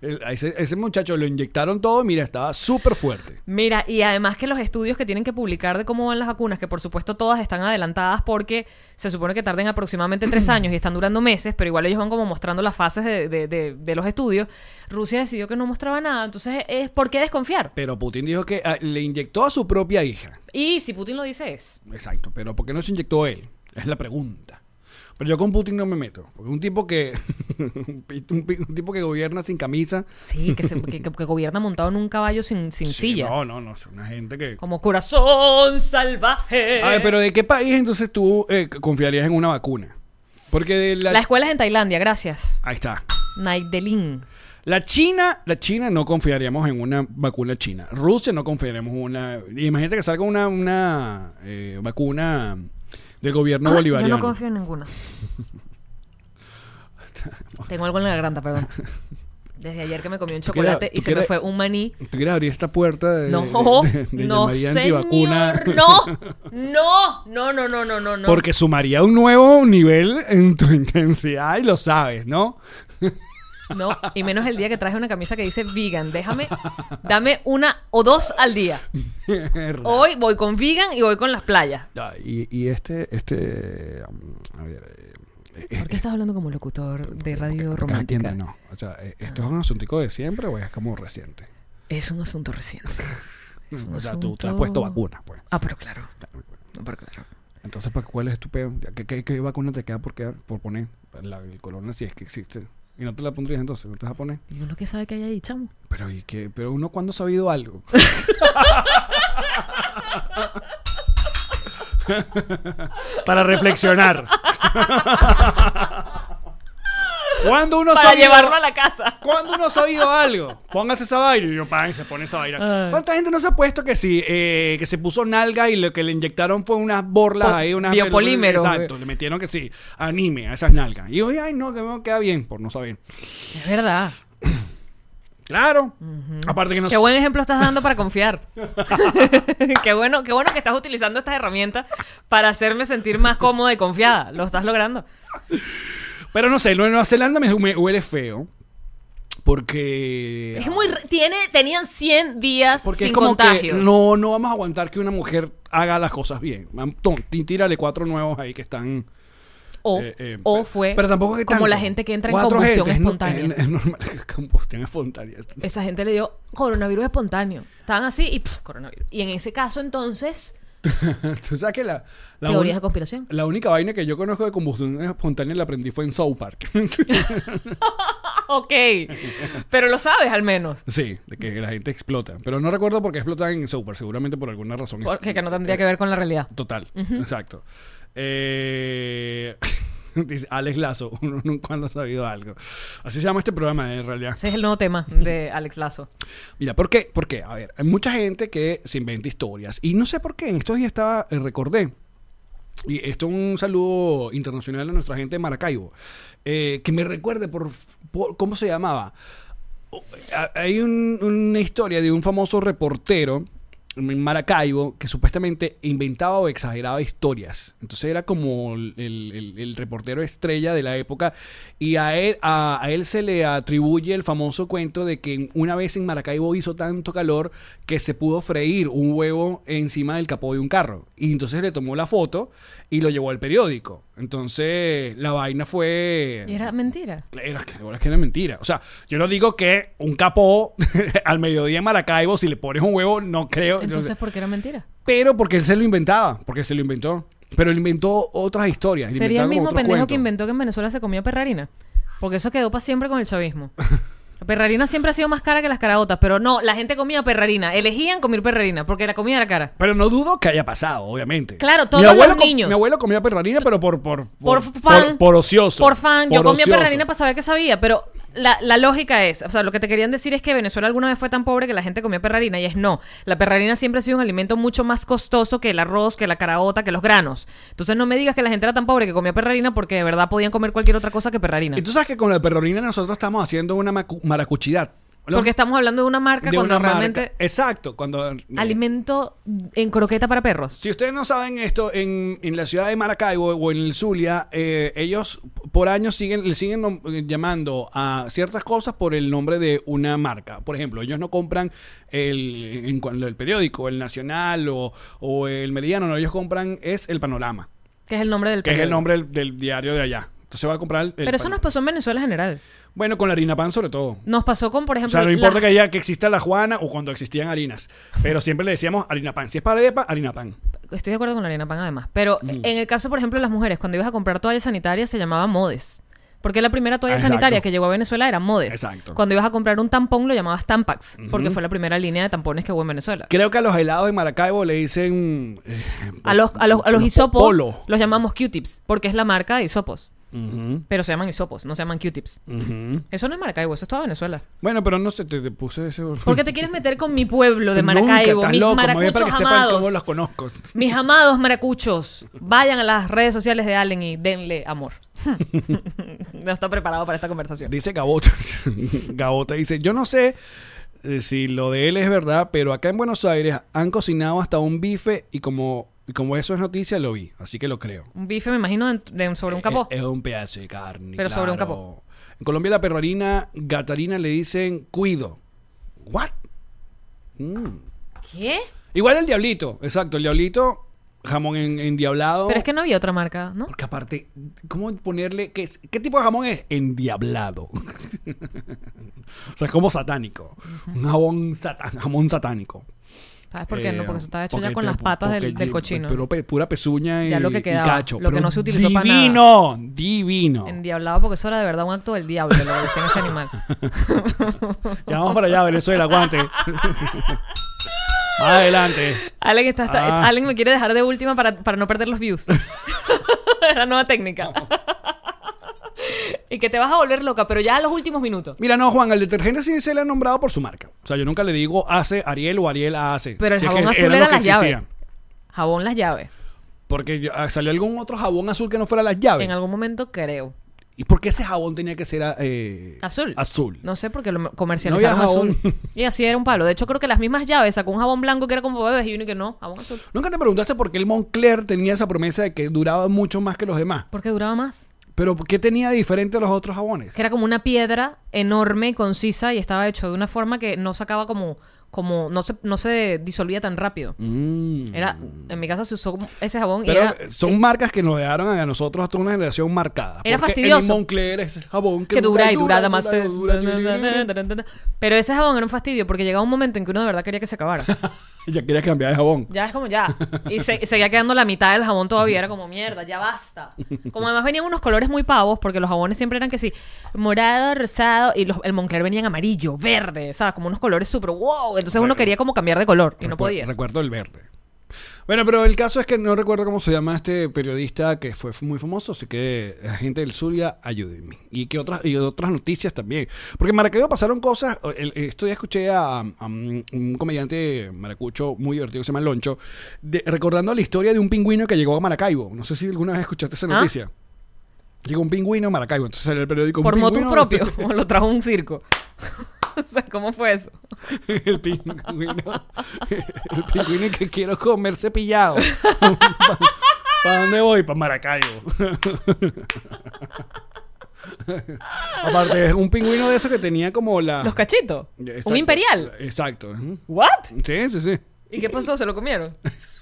A: el- a ese, ese muchacho lo inyectaron todo y mira, estaba súper fuerte.
B: Mira, y además que los estudios que tienen que publicar de cómo van las vacunas, que por supuesto todas están adelantadas porque se supone que tarden aproximadamente (clears throat) tres años y están durando meses, pero igual ellos van como mostrando las fases de, de- de- de los estudios. Rusia decidió que no mostraba nada, entonces es ¿por qué desconfiar?
A: Pero Putin dijo que ah, le inyectó a su propia hija.
B: Y si Putin lo dice es.
A: Exacto, pero ¿por qué no se inyectó él? Es la pregunta. Pero yo con Putin no me meto, porque un tipo que (laughs) un, pi- un pi- un tipo que gobierna sin camisa,
B: Sí, que, se- que- que- que gobierna montado en un caballo sin, sin (laughs)
A: Sí,
B: silla.
A: No, no, no, es una gente que
B: Como corazón salvaje.
A: A ver, pero ¿de qué país entonces tú eh, confiarías en una vacuna? Porque de la,
B: La escuela es en Tailandia, gracias.
A: Ahí está.
B: Naidelin.
A: La China, la China no confiaríamos en una vacuna china. Rusia no confiaríamos en una. Imagínate que salga una, una eh, vacuna del gobierno bolivariano.
B: Yo no confío
A: (laughs)
B: en ninguna. Tengo algo en la garganta, perdón. Desde ayer que me comí un
A: quieres-
B: chocolate
A: tú
B: y se me
A: quieres-
B: fue un maní.
A: ¿Tú quieres abrir esta puerta de,
B: No,
A: de- de- de
B: no,
A: llamaría
B: señor,
A: antivacuna?
B: no, no,
A: (laughs)
B: no, no, no, no, no, no.
A: Porque sumaría un nuevo nivel en tu intensidad y lo sabes, ¿no? (laughs)
B: No, y menos el día que traje una camisa que dice vegan. Déjame, dame una o dos al día.
A: (laughs)
B: Hoy voy con vegan y voy con las playas.
A: Ya, y, y este, este, um, a ver, eh,
B: ¿Por qué estás hablando como locutor de radio
A: Porque aquí
B: romántica?
A: entre nos, O sea, eh, ¿esto es un asuntico de siempre o es como reciente?
B: Es un asunto reciente. Es un
A: o sea, tú te has
B: asunto-
A: puesto vacunas, pues.
B: Ah, pero claro. No, pero claro.
A: Entonces, ¿para cuál es tu peo? ¿Qué, qué, qué vacuna te queda por, quedar, por poner? La, el corona, si es que existe. Y no te la pondrías entonces, no te vas a poner.
B: Y uno que sabe que hay ahí, chamo.
A: Pero, ¿y qué? Pero uno, ¿cuándo ha sabido
B: (laughs)
A: algo? Para reflexionar. ¿Cuándo uno ha
B: Para
A: sabido-
B: llevarlo a la casa.
A: ¿Cuándo uno ha sabido algo? Póngase esa vaina. Y yo, pan, se pone esa vaina.
B: Ay.
A: ¿Cuánta gente no se ha puesto que sí? eh, que se puso nalga y lo que le inyectaron fue unas borlas
B: Po-
A: ahí, unas.
B: biopolímeros.
A: Exacto, le metieron que sí, anime a esas nalgas. Y yo, ay, no, que me queda bien, por no saber.
B: Es verdad.
A: Claro. Aparte que no
B: Qué buen ejemplo estás dando
A: (laughs)
B: para confiar. (laughs) qué, bueno, qué bueno que estás utilizando estas herramientas para hacerme sentir más cómoda y confiada. Lo estás logrando.
A: Pero no sé, lo de Nueva Zelanda me, me huele feo. Porque.
B: Es muy... re- Tiene, tenían 100 días
A: Porque
B: sin
A: es como
B: contagios.
A: que no, no vamos a aguantar que una mujer haga las cosas bien. Mam- ton- tí- Tírale cuatro nuevos ahí que están.
B: o,
A: Eh, eh,
B: o
A: pero-
B: fue
A: pero tampoco que
B: como
A: tanto.
B: la gente que entra en
A: Cuatro
B: combustión
A: gente, es no-
B: espontánea.
A: es- es normal que (laughs) combustión espontánea. (laughs)
B: Esa gente le dio coronavirus espontáneo. Estaban así y pff, coronavirus. Y en ese caso, entonces,
A: Tú sabes que la, la,
B: teorías
A: un-
B: de conspiración.
A: la única vaina que yo conozco de combustión espontánea la aprendí fue en South Park.
B: (laughs)
A: (laughs)
B: Ah, ok. Pero lo sabes al menos.
A: sí, de que la gente explota. Pero no recuerdo por qué explotan en South Park, seguramente por alguna razón.
B: Porque que no tendría que ver con la realidad.
A: Total, exacto. Eh, (laughs) dice Alex Lazo, (laughs) uno nunca ha sabido algo. Así se llama este programa, en realidad.
B: Ese es el nuevo tema de Alex Lazo.
A: Mira, ¿por qué? Porque, a ver, hay mucha gente que se inventa historias. Y no sé por qué, en estos días estaba, eh, recordé. Y esto es un saludo internacional a nuestra gente de Maracaibo. eh, que me recuerde por, por- cómo se llamaba. O- a- Hay un- una historia de un famoso reportero en Maracaibo que supuestamente inventaba o exageraba historias. Entonces era como el, el- el- el reportero estrella de la época y a él, a, a él se le atribuye el famoso cuento de que una vez en Maracaibo hizo tanto calor que se pudo freír un huevo encima del capó de un carro. Y entonces le tomó la foto y lo llevó al periódico. Entonces la vaina fue...
B: Y era mentira.
A: Era, claro, es que era mentira. O sea, yo no digo que un capó (laughs) al mediodía en Maracaibo, si le pones un huevo, no creo. yo no sé.
B: Entonces, ¿por qué era mentira?
A: pero porque él se lo inventaba, porque se lo inventó. Pero él inventó otras historias. él
B: Sería el
A: inventaba como
B: mismo
A: otros
B: pendejo que
A: cuentos.
B: inventó que en Venezuela se comía perrarina. Porque eso quedó para siempre con el chavismo. La perrarina siempre ha sido más cara que las caraotas, pero no, la gente comía perrarina. Elegían comer perrarina porque la comida era cara.
A: Pero no dudo que haya pasado, obviamente.
B: Claro,
A: Mi
B: todos los
A: abuelo com-
B: niños.
A: Mi abuelo comía perrarina, pero por... Por,
B: Por, fan.
A: Por, por ocioso.
B: Por fan. Yo
A: Por
B: comía
A: ocioso.
B: perrarina para saber que sabía, pero la, la lógica es, o sea, lo que te querían decir es que Venezuela alguna vez fue tan pobre que la gente comía perrarina y es no. La perrarina siempre ha sido un alimento mucho más costoso que el arroz, que la caraota, que los granos. Entonces no me digas que la gente era tan pobre que comía perrarina porque de verdad podían comer cualquier otra cosa que perrarina.
A: Y tú sabes que con la perrarina nosotros estamos haciendo una macu- maracuchidad. Los-
B: Porque estamos hablando de una marca
A: de
B: cuando
A: una marca.
B: realmente
A: Exacto, cuando... eh,
B: alimento en croqueta para perros.
A: Si ustedes no saben esto, en, en la ciudad de Maracaibo o en el Zulia, eh, ellos por años siguen, le siguen nom- eh, llamando a ciertas cosas por el nombre de una marca. Por ejemplo, ellos no compran el, en cuan- el periódico, el Nacional o, o el Meridiano, no, ellos compran es el Panorama,
B: Que es el nombre del
A: que es el
B: periódico.
A: nombre del, del diario de allá. Entonces va a comprar el... el
B: Pero eso nos
A: Panorama.
B: pasó en Venezuela en general.
A: Bueno, con la harina pan sobre todo.
B: Nos pasó con, por
A: O
B: ejemplo.
A: sea, no importa
B: la-
A: que haya que exista la Juana o cuando existían harinas, pero siempre le decíamos harina pan. Si es para arepa, harina pan.
B: Estoy de acuerdo con la harina pan, además. Pero en el caso, por ejemplo, de las mujeres, cuando ibas a comprar toallas sanitarias se llamaba modes. Porque la primera toalla
A: Exacto.
B: sanitaria que llegó a Venezuela era modes.
A: Exacto.
B: Cuando ibas a comprar un tampón lo llamabas Tampax. Porque fue la primera línea de tampones que hubo en Venezuela.
A: Creo que a los helados de Maracaibo le dicen. eh,
B: A los, a los, a los hisopos
A: Popolo.
B: los llamamos Q-tips. Porque es la marca de hisopos.
A: Ujú,
B: Pero se llaman hisopos, no se llaman Q-tips.
A: ujú.
B: Eso no es Maracaibo, eso es toda Venezuela.
A: Bueno, pero no sé, te, te puse ese.
B: Porque te quieres meter con mi pueblo de
A: Nunca,
B: Maracaibo,
A: estás
B: mis
A: loco, más bien para
B: maracuchos
A: que sepan cómo
B: amados.
A: los conozco.
B: Mis amados maracuchos, vayan a las redes sociales de Allen y denle (laughs) amor. no está preparado para esta conversación.
A: Dice Gabota. (laughs) Gabota dice: Yo no sé eh, si lo de él es verdad, pero acá en Buenos Aires han cocinado hasta un bife y como, y como eso es noticia, lo vi. Así que lo creo.
B: Un bife, me imagino, de- de- sobre un capó.
A: Eh, Es, es un pedazo de carne.
B: Pero sobre un
A: claro.
B: capó.
A: En Colombia, la perrarina gatarina le dicen cuido. ¿What? Mm.
B: ¿Qué?
A: eh. Igual el diablito, exacto, el diablito jamón en- endiablado.
B: Pero es que no había otra marca, ¿no?
A: Porque aparte, ¿cómo ponerle? ¿Qué, es- qué tipo de jamón es? Endiablado. (laughs) o sea, es como satánico. Un jabón sata- jamón satánico.
B: ¿Sabes por qué
A: Eh,
B: no? Porque eso estaba hecho ya
A: porque
B: con
A: te-
B: las patas del,
A: porque
B: del
A: lle-
B: cochino.
A: Pero pe- pura pezuña y,
B: Ya lo que
A: y
B: quedaba,
A: cacho.
B: lo que
A: Pero
B: no se utilizó para nada.
A: divino, Divino,
B: Endiablado, porque eso era de verdad un acto del diablo, lo que decían
A: (laughs)
B: ese animal.
A: Ya vamos para allá, Venezuela, (laughs) aguante. Adelante.
B: Allen, está, está-
A: Ah.
B: Allen me quiere dejar de última para, para no perder los views. (laughs) es la nueva técnica. (laughs) y que te vas a volver loca, pero ya a los últimos minutos.
A: Mira, no, Juan, al detergente sí se le ha nombrado por su marca. O sea, yo nunca le digo hace Ariel o Ariel a hace.
B: Pero el
A: Si es que
B: jabón azul
A: eran los
B: era
A: que
B: las llaves.
A: existían.
B: Jabón las llaves.
A: Porque yo- ah, salió algún otro jabón azul que no fuera las llaves.
B: En algún momento creo.
A: ¿Y por qué ese jabón tenía que ser eh,
B: Azul.
A: Azul.
B: No sé por qué lo comercializaron
A: No había jabón.
B: azul. Y así era un palo. De hecho, creo que las mismas llaves sacó un jabón blanco que era como bebés y uno que no, jabón azul.
A: Nunca te preguntaste por qué el Montclair tenía esa promesa de que duraba mucho más que los demás.
B: Porque duraba más.
A: Pero ¿qué tenía de diferente a los otros jabones?
B: Que era como una piedra enorme y concisa y estaba hecho de una forma que no sacaba como. como no, se, no se disolvía tan rápido.
A: Mm.
B: Era, en mi casa se usó como ese jabón
A: Pero
B: y era,
A: eh, son marcas que nos dejaron a nosotros hasta una generación marcada.
B: Era
A: Porque El
B: fastidioso.
A: Montclair es jabón que,
B: que dura y dura, más.
A: dura, dura, dura, dura, dura.
B: (laughs) Pero ese jabón era un fastidio porque llegaba un momento en que uno de verdad quería que se acabara.
A: Ya quería cambiar de jabón.
B: Ya es como ya. Y se, seguía quedando la mitad del jabón todavía. Era como mierda, ya basta. Como además venían unos colores muy pavos, porque los jabones siempre eran que sí, morado, rosado, y los, el Moncler venían amarillo, verde, ¿sabes? Como unos colores súper wow. Entonces uno quería como cambiar de color y no
A: Recuer-
B: podía.
A: Recuerdo el verde. Bueno, pero el caso es que no recuerdo cómo se llama este periodista que fue muy famoso, así que la gente del Zulia, ayúdenme. Y que otras y otras noticias también. Porque en Maracaibo pasaron cosas, el- esto ya escuché a, a un un comediante maracucho muy divertido que se llama Loncho, de- recordando la historia de un pingüino que llegó a Maracaibo. No sé si alguna vez escuchaste esa
B: ¿Ah?
A: noticia. Llegó un pingüino a Maracaibo, entonces salió el periódico. un
B: Por motus
A: pingüino- este.
B: propio, (laughs) o lo trajo un circo. o sea, ¿cómo fue eso?
A: (laughs) El pingüino. El pingüino que quiero comer cepillado. ¿Para dónde voy? Para Maracaibo. Aparte, es un pingüino de esos que tenía como la.
B: Los cachitos.
A: Exacto.
B: Un imperial.
A: Exacto. ujú.
B: ¿What?
A: Sí, sí, sí.
B: ¿Y qué pasó? ¿Se
A: (laughs)
B: lo comieron?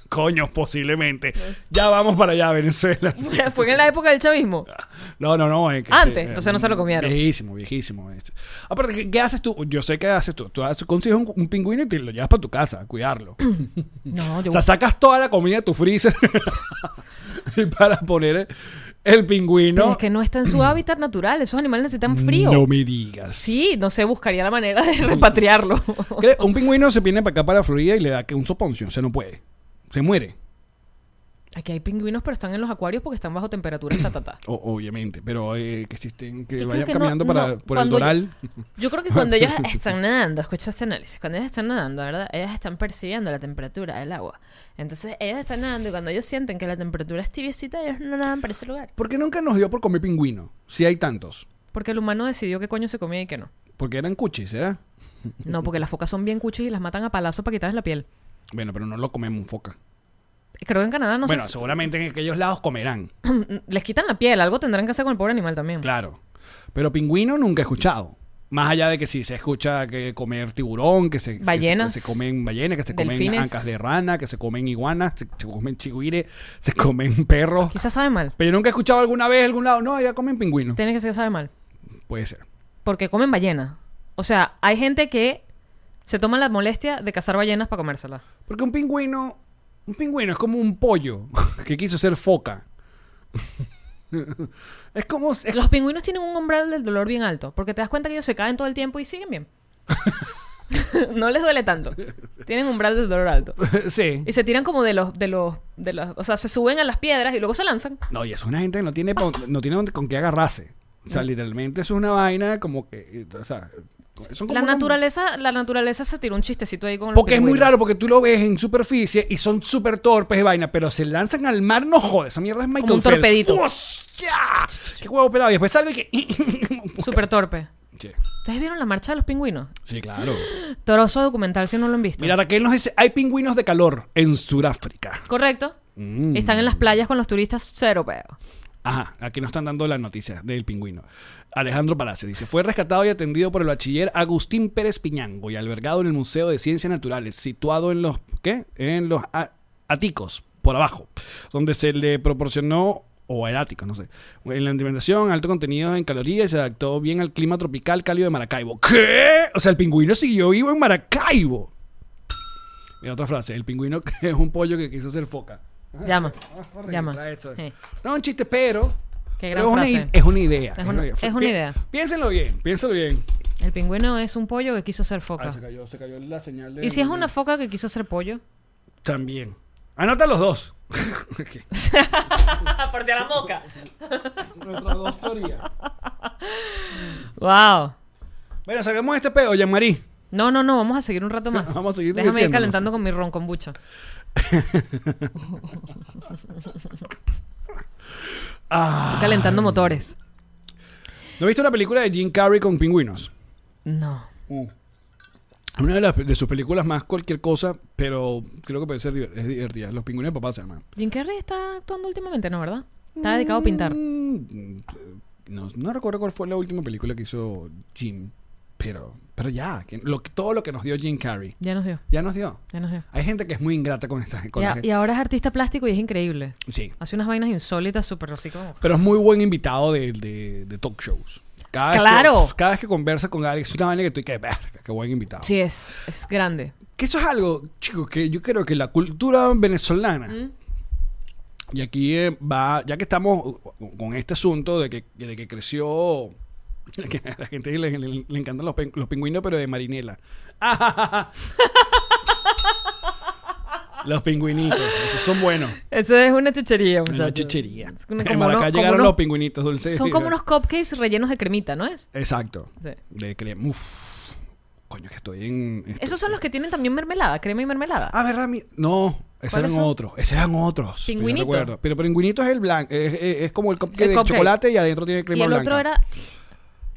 A: Coño, posiblemente.
B: Pues.
A: Ya vamos para allá, Venezuela.
B: (laughs) ¿Fue en la época del chavismo?
A: Ah. No, no, no. es que-
B: Antes,
A: eh,
B: entonces no se lo comieron.
A: Viejísimo, viejísimo. es. Aparte, ¿qué, qué haces tú? Yo sé qué haces tú. Tú haces- consigues un, un pingüino y te lo llevas para tu casa a cuidarlo.
B: No,
A: O sea, sacas toda la comida de tu freezer (laughs) y para poner el pingüino.
B: Pero es que no está en su hábitat natural. Esos animales necesitan frío.
A: No me digas.
B: Sí, no sé, buscaría la manera de repatriarlo.
A: ¿Qué? Un pingüino se viene para acá, para Florida, y le da que un soponcio. O sea, no puede. Se muere,
B: (laughs) Aquí hay pingüinos, pero están en los acuarios porque están bajo temperatura. Ta, ta, ta.
A: o- obviamente. Pero eh, que existen, que
B: Yo creo
A: vayan
B: que no-
A: caminando para, por
B: no,
A: el
B: cuando
A: doral.
B: Yo creo que
A: (laughs)
B: cuando ellas están nadando, escucha este análisis, cuando ellas están nadando, ¿verdad? Ellas están percibiendo la temperatura del agua. Entonces, ellas están nadando y cuando ellos sienten que la temperatura es tibiecita, ellos no nadan para ese lugar.
A: ¿Por qué nunca nos dio por comer pingüino? Si hay tantos.
B: Porque el humano decidió qué coño se comía y qué no.
A: Porque eran cuchis, ¿era?
B: No, porque las focas son bien cuchis y las matan a palazo para quitarles la piel.
A: Bueno, pero no lo comemos foca.
B: Creo que en Canadá no sé
A: bueno,
B: si-
A: seguramente en aquellos lados comerán.
B: (laughs) les quitan la piel, algo tendrán que hacer con el pobre animal también.
A: Claro. pero pingüino nunca he escuchado. Más allá de que si se escucha que comer tiburón, que se, que se-
B: Ballenas.
A: que se comen ballenas, que se comen
B: Delfines.
A: ancas de rana, que se comen iguanas, se, se comen chigüire, se comen perros.
B: Quizás sabe mal.
A: Pero yo nunca he escuchado alguna vez en algún lado, no, allá comen pingüino.
B: Tiene que ser que sabe mal.
A: Puede ser.
B: Porque comen ballena. O sea, hay gente que se toma la molestia de cazar ballenas para comérselas.
A: Porque un pingüino, un pingüino es como un pollo (laughs) que quiso ser foca. (laughs) es como es-
B: Los pingüinos tienen un umbral del dolor bien alto. Porque te das cuenta que ellos se caen todo el tiempo y
A: (laughs)
B: siguen bien. (laughs) no les duele tanto. Tienen umbral del dolor alto.
A: (laughs) sí.
B: Y se tiran como de los, de los, de los, o sea, se suben a las piedras y luego se lanzan.
A: No, y es una gente que no tiene pon- no tiene dónde- con qué agarrarse. O
B: Mm.
A: sea, literalmente eso es una vaina como que, o sea, son como
B: La
A: unos-
B: naturaleza, la naturaleza se tira un chistecito ahí con los
A: Porque es muy
B: pingüinos.
A: raro, porque tú lo ves en superficie y son súper torpes de vaina, pero se lanzan al mar, no jodes, esa mierda es Michael
B: Como un
A: Phelps.
B: torpedito.
A: ¡Hostia! ¡Qué huevo pelado! Y después salgo y que...
B: Súper torpe.
A: sí.
B: ¿Ustedes vieron la marcha de los pingüinos?
A: (laughs) sí, claro.
B: Toroso documental si no lo han visto.
A: Mira, Raquel nos dice, hay pingüinos de calor en Sudáfrica.
B: Correcto.
A: Mm.
B: Están en las playas con los turistas, cero peo.
A: Ajá, aquí nos están dando la noticia del pingüino. Alejandro Palacio dice, fue rescatado y atendido por el bachiller Agustín Pérez Piñango y albergado en el Museo de Ciencias Naturales, situado en los, ¿qué? En los a- Aticos por abajo, donde se le proporcionó o el ático, no sé. En la alimentación, alto contenido en calorías y se adaptó bien al clima tropical cálido de Maracaibo. ¿Qué? O sea, el pingüino siguió vivo en Maracaibo. Mira otra frase. El pingüino (laughs) que es un pollo que quiso hacer foca.
B: Llama.
A: Arregla
B: Llama.
A: eso.
B: Sí.
A: No es un chiste, pero.
B: Qué
A: pero
B: gran
A: es, una,
B: frase.
A: i- es una idea.
B: Es una- es una
A: Pi-
B: idea.
A: Piénsenlo bien, piénsenlo bien.
B: El pingüino es un pollo que quiso ser foca.
A: Ah, se cayó, se cayó la señal de.
B: ¿Y si es una foca que quiso ser pollo?
A: También. Anota los dos.
B: (laughs)
A: (laughs)
B: Por si a la moca.
A: Nuestras dos teorías.
B: Wow.
A: Bueno, saquemos este pedo, Jean-Marie.
B: No, no, no, vamos a seguir
A: (laughs)
B: un rato más.
A: Vamos a seguir
B: Déjame ir
A: divirtiéndonos.
B: calentando con mi ron con bucha.
A: (laughs) Ah.
B: Calentando motores.
A: ¿No viste una película de Jim Carrey con pingüinos?
B: No.
A: Una de, las- de sus películas más cualquier cosa, pero creo que puede ser diver- es divertida. Los pingüinos de papá se llama.
B: Jim Carrey está actuando últimamente, ¿no, verdad? Está dedicado a pintar.
A: Mm, No, no recuerdo cuál fue la última película que hizo Jim, pero, pero ya, que lo, que- todo lo que nos dio Jim Carrey,
B: Ya nos dio,
A: ya nos dio.
B: ya nos dio.
A: Hay gente que es muy ingrata con esta con
B: Y,
A: la
B: a-
A: gente.
B: y ahora es artista plástico y es increíble.
A: Sí,
B: Hace unas vainas insólitas, súper así como...
A: pero es muy buen invitado de, de- de talk shows. Cada vez
B: ¡Claro!
A: Que, cada vez que conversa con Alex, es una vaina que tú y que verga, qué buen invitado.
B: Sí, es, es grande.
A: Que eso es algo, chicos, que yo creo que la cultura venezolana.
B: Mm.
A: Y aquí eh, va, ya que estamos uh, con este asunto de que, de que creció. (laughs) que a la gente le, le- le encantan los, pen- los pingüinos, pero de marinela. (laughs) los pingüinitos, esos son buenos.
B: Eso es una chuchería, muchachos.
A: Una chuchería.
B: Es como-
A: En
B: como
A: Maracay
B: unos- como
A: llegaron
B: unos-
A: los pingüinitos dulces.
B: Son como unos cupcakes rellenos de cremita, ¿no es?
A: Exacto.
B: Sí.
A: De crema. Uf. Coño, que estoy en.
B: Esos son los que tienen también mermelada, crema y mermelada.
A: Ah, ¿verdad? Mi- No, esos eran
B: ¿Cuáles son?
A: otros. Esos eran otros. pero yo
B: Pingüinito.
A: recuerdo. Pero pingüinito es el blanco. Es, es- es como el cupcake
B: El
A: de
B: cupcake.
A: chocolate y adentro tiene crema
B: y el
A: blanca.
B: otro era...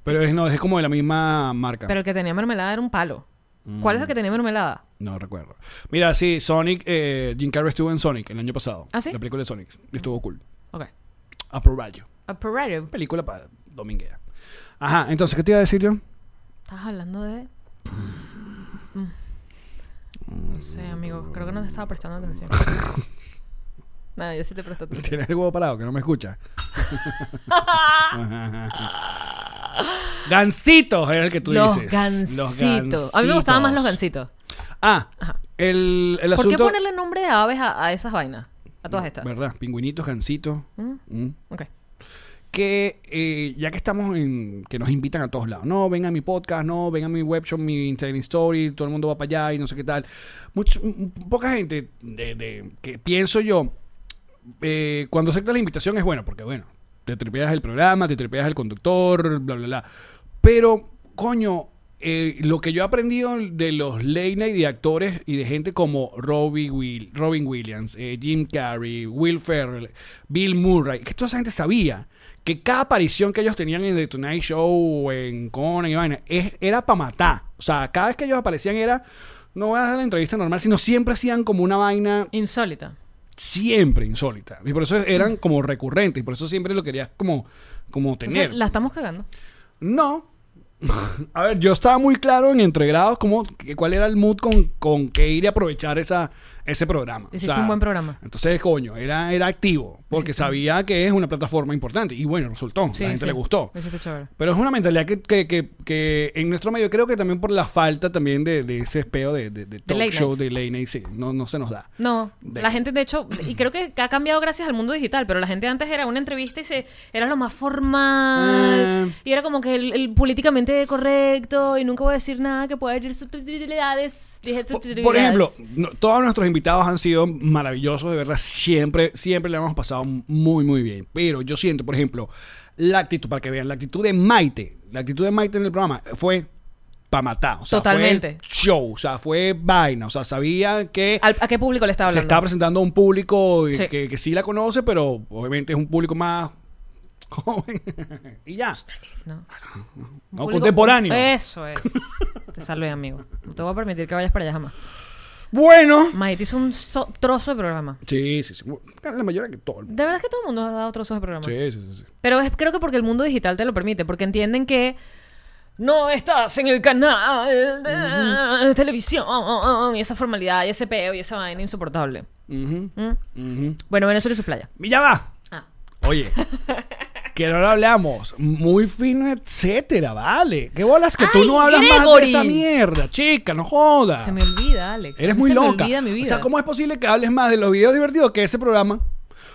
A: Pero es, no, es como de la misma marca.
B: Pero el que tenía mermelada era un palo. ¿Cuál es
A: Mm.
B: el que tenía mermelada?
A: No recuerdo. Mira, sí, Sonic. Eh, Jim Carrey estuvo en Sonic el año pasado.
B: ¿Ah, sí?
A: La película de Sonic. Estuvo cool.
B: Ok.
A: Aprobayo.
B: A Parade.
A: Película para dominguea. Ajá, entonces, ¿qué te iba a decir yo?
B: Estás hablando de... Mm. No sé, amigo. Creo que no te estaba prestando
A: (laughs)
B: atención. Nada, yo sí te presto atención.
A: Tienes el huevo parado, que no me
B: (laughs)
A: escucha. gancitos era el que (laughs) tú
B: Los
A: dices.
B: gansitos. A mí me gustaban más los
A: gansitos.
B: gancitos.
A: Ah, el, el
B: ¿Por
A: asunto. Mm.
B: qué ponerle nombre de aves a, a esas vainas? A todas estas.
A: ¿Verdad? Pingüinitos, gansitos.
B: ¿Mm?
A: Mm.
B: Ok.
A: Que eh, ya que estamos en. que nos invitan a todos lados. No, vengan a mi podcast, no, vengan a mi webshop, mi Instagram Story, todo el mundo va para allá y no sé qué tal. Mucho- m- poca gente de, de- que pienso yo. eh, cuando aceptas la invitación es bueno, porque bueno, te tripeas el programa, te tripeas el conductor, bla, bla, bla. Pero, coño, eh, lo que yo he aprendido de los late night de actores y de gente como Robbie Will, Robin Williams, eh, Jim Carrey, Will Ferrell, Bill Murray, que toda esa gente sabía que cada aparición que ellos tenían en The Tonight Show o en Conan y vaina es- era para matar. O sea, cada vez que ellos aparecían era, no voy a hacer la entrevista normal, sino siempre hacían como una vaina
B: Insólita.
A: siempre insólita. Y por eso eran como recurrentes y por eso siempre lo querías como, como tener.
B: Entonces, la estamos cagando.
A: No. (laughs) A ver, yo estaba muy claro en entregrados como que- cuál era el mood con, con que ir a aprovechar esa, ese programa.
B: Hiciste un buen programa.
A: Entonces, coño, era, era activo, porque sabía que es una plataforma importante. Y bueno, resultó,
B: Sí,
A: la gente
B: sí.
A: le gustó.
B: Lo hiciste chévere.
A: Pero es una mentalidad que, que, que, que en nuestro medio creo que también por la falta también de, de ese espeo de, de, de talk
B: late
A: show,
B: nights.
A: de late night, sí, no, no se nos da.
B: No,
A: De-
B: la gente de hecho, y creo que ha cambiado gracias al mundo digital, pero la gente antes era una entrevista y se era lo más formal
A: Ah.
B: y era como que el, el políticamente correcto y nunca voy a decir nada que pueda herir subtilidades. Dije
A: Por,
B: subtilidades.
A: por ejemplo, no- todos nuestros invitados han sido maravillosos, de verdad, siempre, siempre le hemos pasado muy, muy bien. Pero yo siento, por ejemplo, la actitud, para que vean, la actitud de Maite, la actitud de Maite en el programa fue para matar. O sea, fue
B: Totalmente.
A: show, o sea, fue vaina, o sea, sabía que...
B: ¿Al- ¿a qué público le estaba
A: se
B: hablando?
A: está presentando a un público eh,
B: Sí.
A: Que, que sí la conoce, pero obviamente es un público más (laughs) joven. y ya.
B: No. Un
A: Ah, No,
B: público-
A: contemporáneo.
B: Eso es. Te salvé, amigo. No te voy a permitir que vayas para allá jamás.
A: Bueno.
B: Maite hizo un so- trozo de programa.
A: Sí, sí, sí. La mayoría que todo el mundo.
B: De verdad es que todo el mundo ha dado trozos de programa.
A: Sí, sí, sí. sí.
B: Pero es, creo que porque el mundo digital te lo permite, porque entienden que no estás en el canal de televisión. Y esa formalidad, y ese peo, y esa vaina insoportable.
A: Ujú,
B: ¿Mm?
A: ujú.
B: Bueno, Venezuela y su playa.
A: Y ya va.
B: Ah. (laughs)
A: Oye, que no lo hablamos. Muy fino, etcétera, vale. ¿Qué bolas que tú
B: Ay,
A: no hablas más de
B: Gregory.
A: esa mierda, chica? No jodas.
B: Se me olvida, Alex. A
A: Ah. Eres
B: mí
A: muy
B: se
A: loca.
B: Me olvida mi vida.
A: O sea, ¿cómo es posible que hables más de los videos divertidos que ese programa?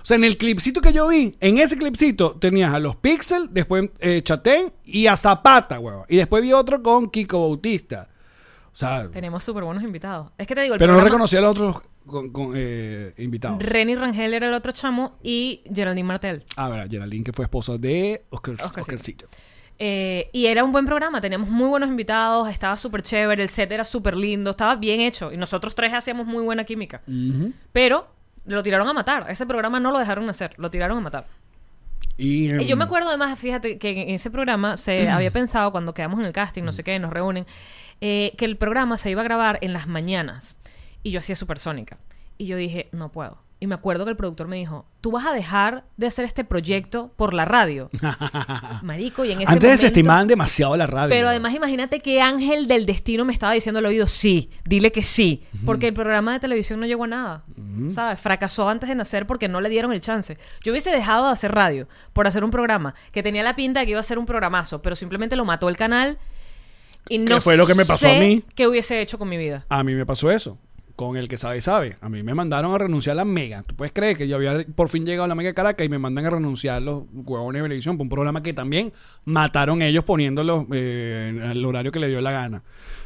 A: O sea, en el clipcito que yo vi, en ese clipcito tenías a los Pixel, después eh, Chatén y a Zapata, huevón. Y después vi otro con Kiko Bautista. O sea,
B: Tenemos súper buenos invitados. Es que te digo, el
A: pero no
B: programa-
A: reconocí a los otros con- con, eh, invitados.
B: Renny Rangel era el otro chamo y Geraldine Martel.
A: Ah, verdad, Geraldine, que fue esposa de Oscar,
B: Oscarcito.
A: Oscarcito.
B: Eh, y era un buen programa, teníamos muy buenos invitados, estaba súper chévere, el set era súper lindo, estaba bien hecho. Y nosotros tres hacíamos muy buena química.
A: Ujú.
B: Pero lo tiraron a matar. Ese programa no lo dejaron hacer, lo tiraron a matar.
A: Y, em,
B: Y yo me acuerdo además, fíjate, que en ese programa se había pensado, cuando quedamos en el casting, no sé qué, nos reúnen, eh, que el programa se iba a grabar en las mañanas. Y yo hacía Supersónica. Y yo dije, no puedo. Y me acuerdo que el productor me dijo, tú vas a dejar de hacer este proyecto por la radio. Marico, y en ese
A: Antes
B: momento...
A: desestimaban demasiado la radio.
B: Pero
A: huevón.
B: además imagínate que Ángel del Destino me estaba diciendo al oído, sí, dile que sí, porque el programa de televisión no llegó a nada, ¿sabes? Fracasó antes de nacer porque no le dieron el chance. Yo hubiese dejado de hacer radio por hacer un programa que tenía la pinta de que iba a ser un programazo, pero simplemente lo mató el canal y no
A: fue lo que me pasó a
B: sé
A: mí.
B: qué hubiese hecho con mi vida.
A: A mí me pasó eso. Con el que sabe, sabe. A mí me mandaron a renunciar a la mega. ¿Tú puedes creer que yo había por fin llegado a la mega de Caracas y me mandan a renunciar los huevones de televisión por un programa que también mataron ellos poniéndolo eh, en el horario que le dio la gana?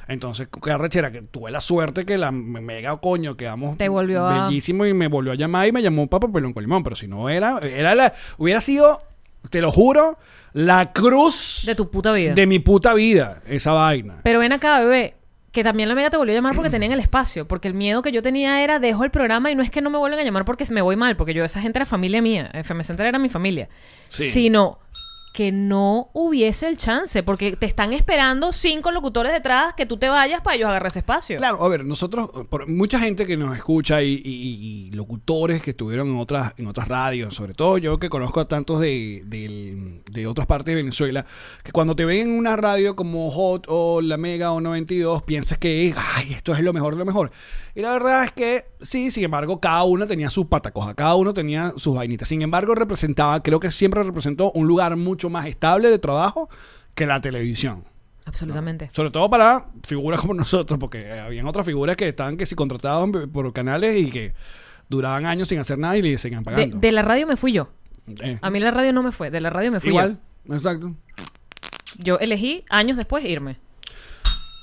A: Entonces, qué arrechera, que tuve la suerte que la mega, coño, quedamos
B: Te volvió a-
A: bellísimo y me volvió a llamar y me llamó Papá Pelón con Limón. Pero si no era, era la, hubiera sido, te lo juro, la cruz
B: De tu puta vida.
A: de mi puta vida, esa vaina.
B: Pero ven acá, bebé. Que también la mega te volvió a llamar porque tenían el espacio. Porque el miedo que yo tenía era dejo el programa y no es que no me vuelvan a llamar porque me voy mal. Porque yo, esa gente era familia mía. FM Central era mi familia.
A: Sí.
B: Sino que no hubiese el chance. Porque te están esperando cinco locutores detrás que tú te vayas para ellos agarrar ese espacio.
A: Claro, a ver, nosotros, por- mucha gente que nos escucha y, y- y locutores que estuvieron en otras, en otras radios, sobre todo yo que conozco a tantos de, del- de otras partes de Venezuela, que cuando te ven en una radio como Hot o La Mega o 92, piensas que, ay, esto es lo mejor de lo mejor. Y la verdad es que sí, sin embargo, cada una tenía sus patacojas, cada uno tenía sus vainitas. Sin embargo, representaba, creo que siempre representó un lugar mucho más estable de trabajo que la televisión.
B: Absolutamente.
A: Sobre todo para figuras como (laughs) nosotros, porque eh, habían otras figuras que estaban que si contratados por canales y que duraban años sin hacer nada y le seguían
B: De,
A: pagando.
B: de la radio me fui yo.
A: Eh,
B: A mí la radio no me fue. De la radio me fui
A: igual, exacto.
B: yo. Yo elegí años después irme.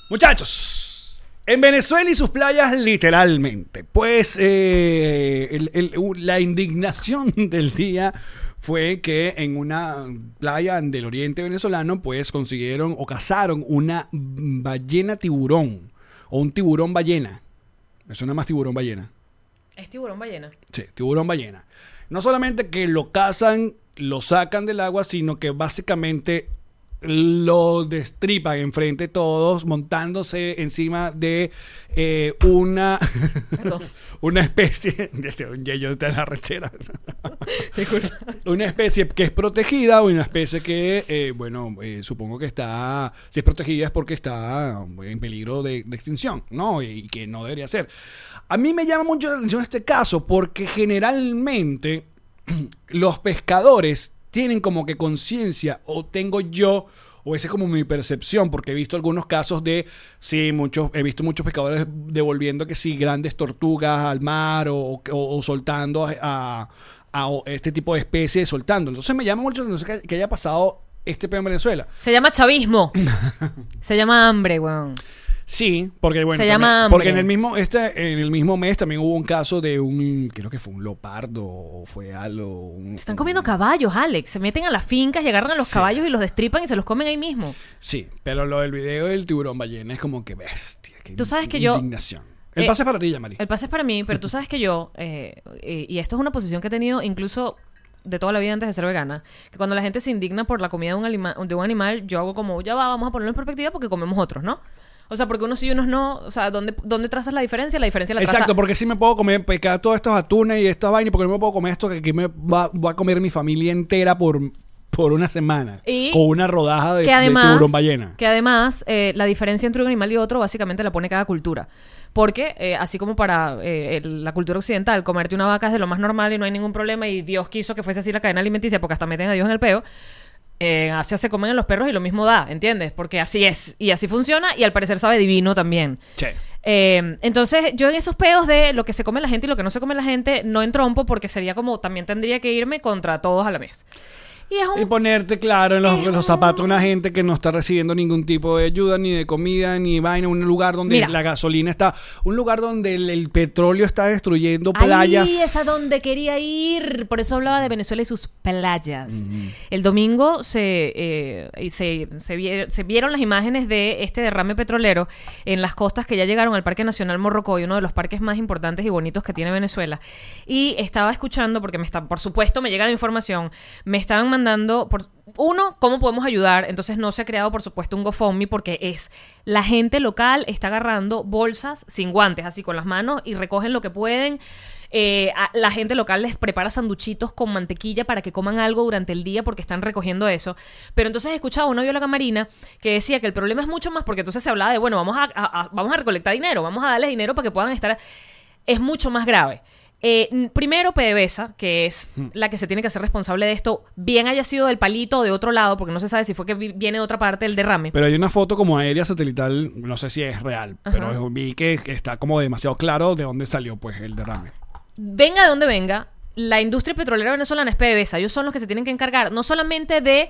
A: Muchachos, en Venezuela y sus playas, literalmente. Pues eh, el- el- u- la indignación (laughs) del día fue que en una playa del oriente venezolano, pues consiguieron o cazaron una ballena tiburón o un tiburón ballena. Me suena más tiburón ballena.
B: Es tiburón ballena.
A: Sí, tiburón ballena. No solamente que lo cazan, lo sacan del agua, sino que básicamente lo destripan enfrente de todos, montándose encima de eh, una, (laughs)
B: Perdón.
A: una especie. (laughs) Ya te- ya yo te la rechera. (laughs) Una especie que es protegida, una especie que, eh, bueno, eh, supongo que está, si es protegida es porque está eh, en peligro de, de extinción, ¿no? Y, y que no debería ser. A mí me llama mucho la atención este caso porque generalmente los pescadores tienen como que conciencia, o tengo yo, o esa es como mi percepción, porque he visto algunos casos de, sí, muchos, he visto muchos pescadores devolviendo que sí, grandes tortugas al mar o, o- o soltando a, a- a o- este tipo de especies, soltando. Entonces me llama mucho la atención que, que haya pasado este pedo en Venezuela.
B: Se
A: (laughs)
B: llama chavismo. Se llama hambre, weón.
A: Sí, porque bueno,
B: Se
A: también-
B: llama hambre.
A: porque en el mismo este en el mismo mes también hubo un caso de un creo que fue un leopardo o fue algo un-
B: Están comiendo caballos, Alex. Se meten a las fincas y agarran a los
A: Sí.
B: caballos y los destripan y se los comen ahí mismo.
A: Sí, pero lo del video del tiburón ballena es como que bestia. Que
B: Tú sabes que yo-
A: Indignación. El
B: Eh,
A: pase es para ti, Yamari.
B: El pase es para mí, pero tú sabes que yo, eh, eh, y esto es una posición que he tenido incluso de toda la vida antes de ser vegana, que cuando la gente se indigna por la comida de un, alima- de un animal, yo hago como, ya va, vamos a ponerlo en perspectiva porque comemos otros, ¿no? O sea, porque unos sí y unos no. O sea, ¿dónde, dónde trazas la diferencia? La diferencia la traza...
A: Exacto, porque si me puedo comer pues, pecar todos estos atunes y estas vainas, porque no me puedo comer esto que aquí me va, va a comer mi familia entera por, por una semana.
B: Y-
A: con una rodaja de,
B: que
A: de
B: además,
A: tiburón ballena.
B: Que además, eh, la diferencia entre un animal y otro básicamente la pone cada cultura. Porque, eh, así como para eh, el- la cultura occidental, comerte una vaca es de lo más normal y no hay ningún problema, y Dios quiso que fuese así la cadena alimenticia, porque hasta meten a Dios en el peo. eh, en Asia se comen a los perros y lo mismo da, ¿entiendes? Porque así es, y así funciona, y al parecer sabe divino también.
A: Che.
B: Eh, entonces, yo en esos peos de lo que se come la gente y lo que no se come la gente, no entrompo porque sería como también tendría que irme contra todos a la vez. Y es un
A: Y ponerte claro en los, en los zapatos una gente que no está recibiendo ningún tipo de ayuda, ni de comida, ni vaina, un lugar donde
B: Mira.
A: la gasolina está, un lugar donde el, el petróleo está destruyendo
B: Ahí
A: playas.
B: es a donde quería ir. Por eso hablaba de Venezuela y sus playas. El domingo se, eh, y se, se vie- se vieron las imágenes de este derrame petrolero en las costas que ya llegaron al Parque Nacional Morrocoy, uno de los parques más importantes y bonitos que tiene Venezuela. Y estaba escuchando, porque me está, por supuesto me llega la información, me estaban mandando... Por, uno, ¿cómo podemos ayudar? Entonces no se ha creado, por supuesto, un GoFundMe porque es la gente local está agarrando bolsas sin guantes, así con las manos y recogen lo que pueden. Eh, a- la gente local les prepara sanduchitos con mantequilla para que coman algo durante el día porque están recogiendo eso. Pero entonces escuchaba una bióloga marina que decía que el problema es mucho más porque entonces se hablaba de, bueno, vamos a, a- a- vamos a recolectar dinero, vamos a darles dinero para que puedan estar... Es mucho más grave. Eh, n- primero, PDVSA, que es la que se tiene que hacer responsable de esto, bien haya sido del palito o de otro lado, porque no se sabe si fue que vi- viene de otra parte del derrame.
A: Pero hay una foto como aérea satelital, no sé si es real,
B: Ajá.
A: pero vi que, que está como demasiado claro de dónde salió pues el derrame.
B: venga de donde venga, la industria petrolera venezolana es PDVSA. Ellos son los que se tienen que encargar no solamente de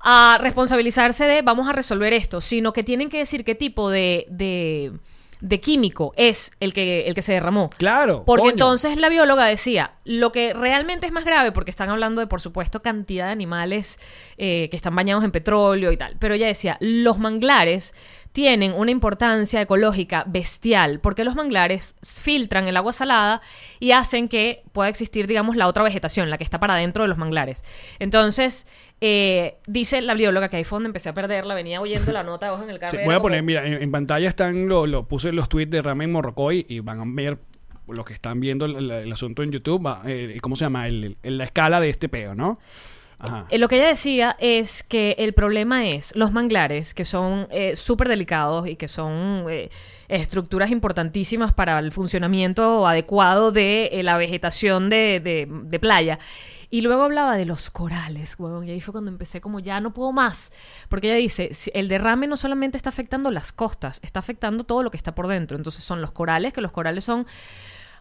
B: ah, responsabilizarse de vamos a resolver esto, sino que tienen que decir qué tipo de, de- de químico es el que, el que se derramó.
A: Claro.
B: Porque
A: coño.
B: entonces la bióloga decía, lo que realmente es más grave, porque están hablando de, por supuesto, cantidad de animales eh, que están bañados en petróleo y tal, pero ella decía, los manglares tienen una importancia ecológica bestial, porque los manglares filtran el agua salada y hacen que pueda existir, digamos, la otra vegetación, la que está para dentro de los manglares. Entonces, eh, dice la bióloga que ahí fue donde empecé a perderla, venía oyendo la nota de hoja en el carro.
A: Sí,
B: y era
A: voy a
B: como-
A: poner, mira, en, en pantalla están lo, lo puse los tweets de Ramen Morrocoy y van a ver los que están viendo el, el- el asunto en YouTube, va, eh, ¿cómo se llama? El- el- la escala de este peo, ¿no? Ajá.
B: Eh, lo que ella decía es que el problema es los manglares, que son eh, súper delicados y que son eh, estructuras importantísimas para el funcionamiento adecuado de eh, la vegetación de, de- de playa. Y luego hablaba de los corales, huevón, y ahí fue cuando empecé como ya no puedo más, porque ella dice, si el derrame no solamente está afectando las costas, está afectando todo lo que está por dentro. Entonces son los corales, que los corales son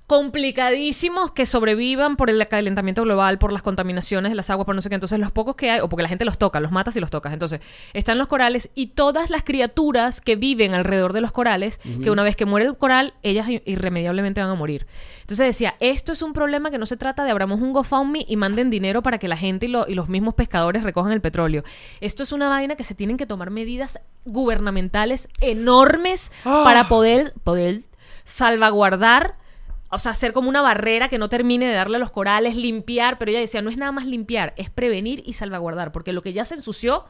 B: complicadísimos que sobrevivan por el calentamiento global, por las contaminaciones de las aguas, por no sé qué. Entonces, los pocos que hay, o porque la gente los toca, los matas y los tocas. Entonces, están los corales y todas las criaturas que viven alrededor de los corales, que una vez que muere el coral, ellas i- irremediablemente van a morir. Entonces decía, esto es un problema que no se trata de abramos un GoFundMe y manden dinero para que la gente y, lo- y los mismos pescadores recojan el petróleo. Esto es una vaina que se tienen que tomar medidas gubernamentales enormes
A: Ah.
B: para poder, poder salvaguardar o sea, hacer como una barrera que no termine de darle a los corales, limpiar, pero ella decía, no es nada más limpiar, es prevenir y salvaguardar, porque lo que ya se ensució,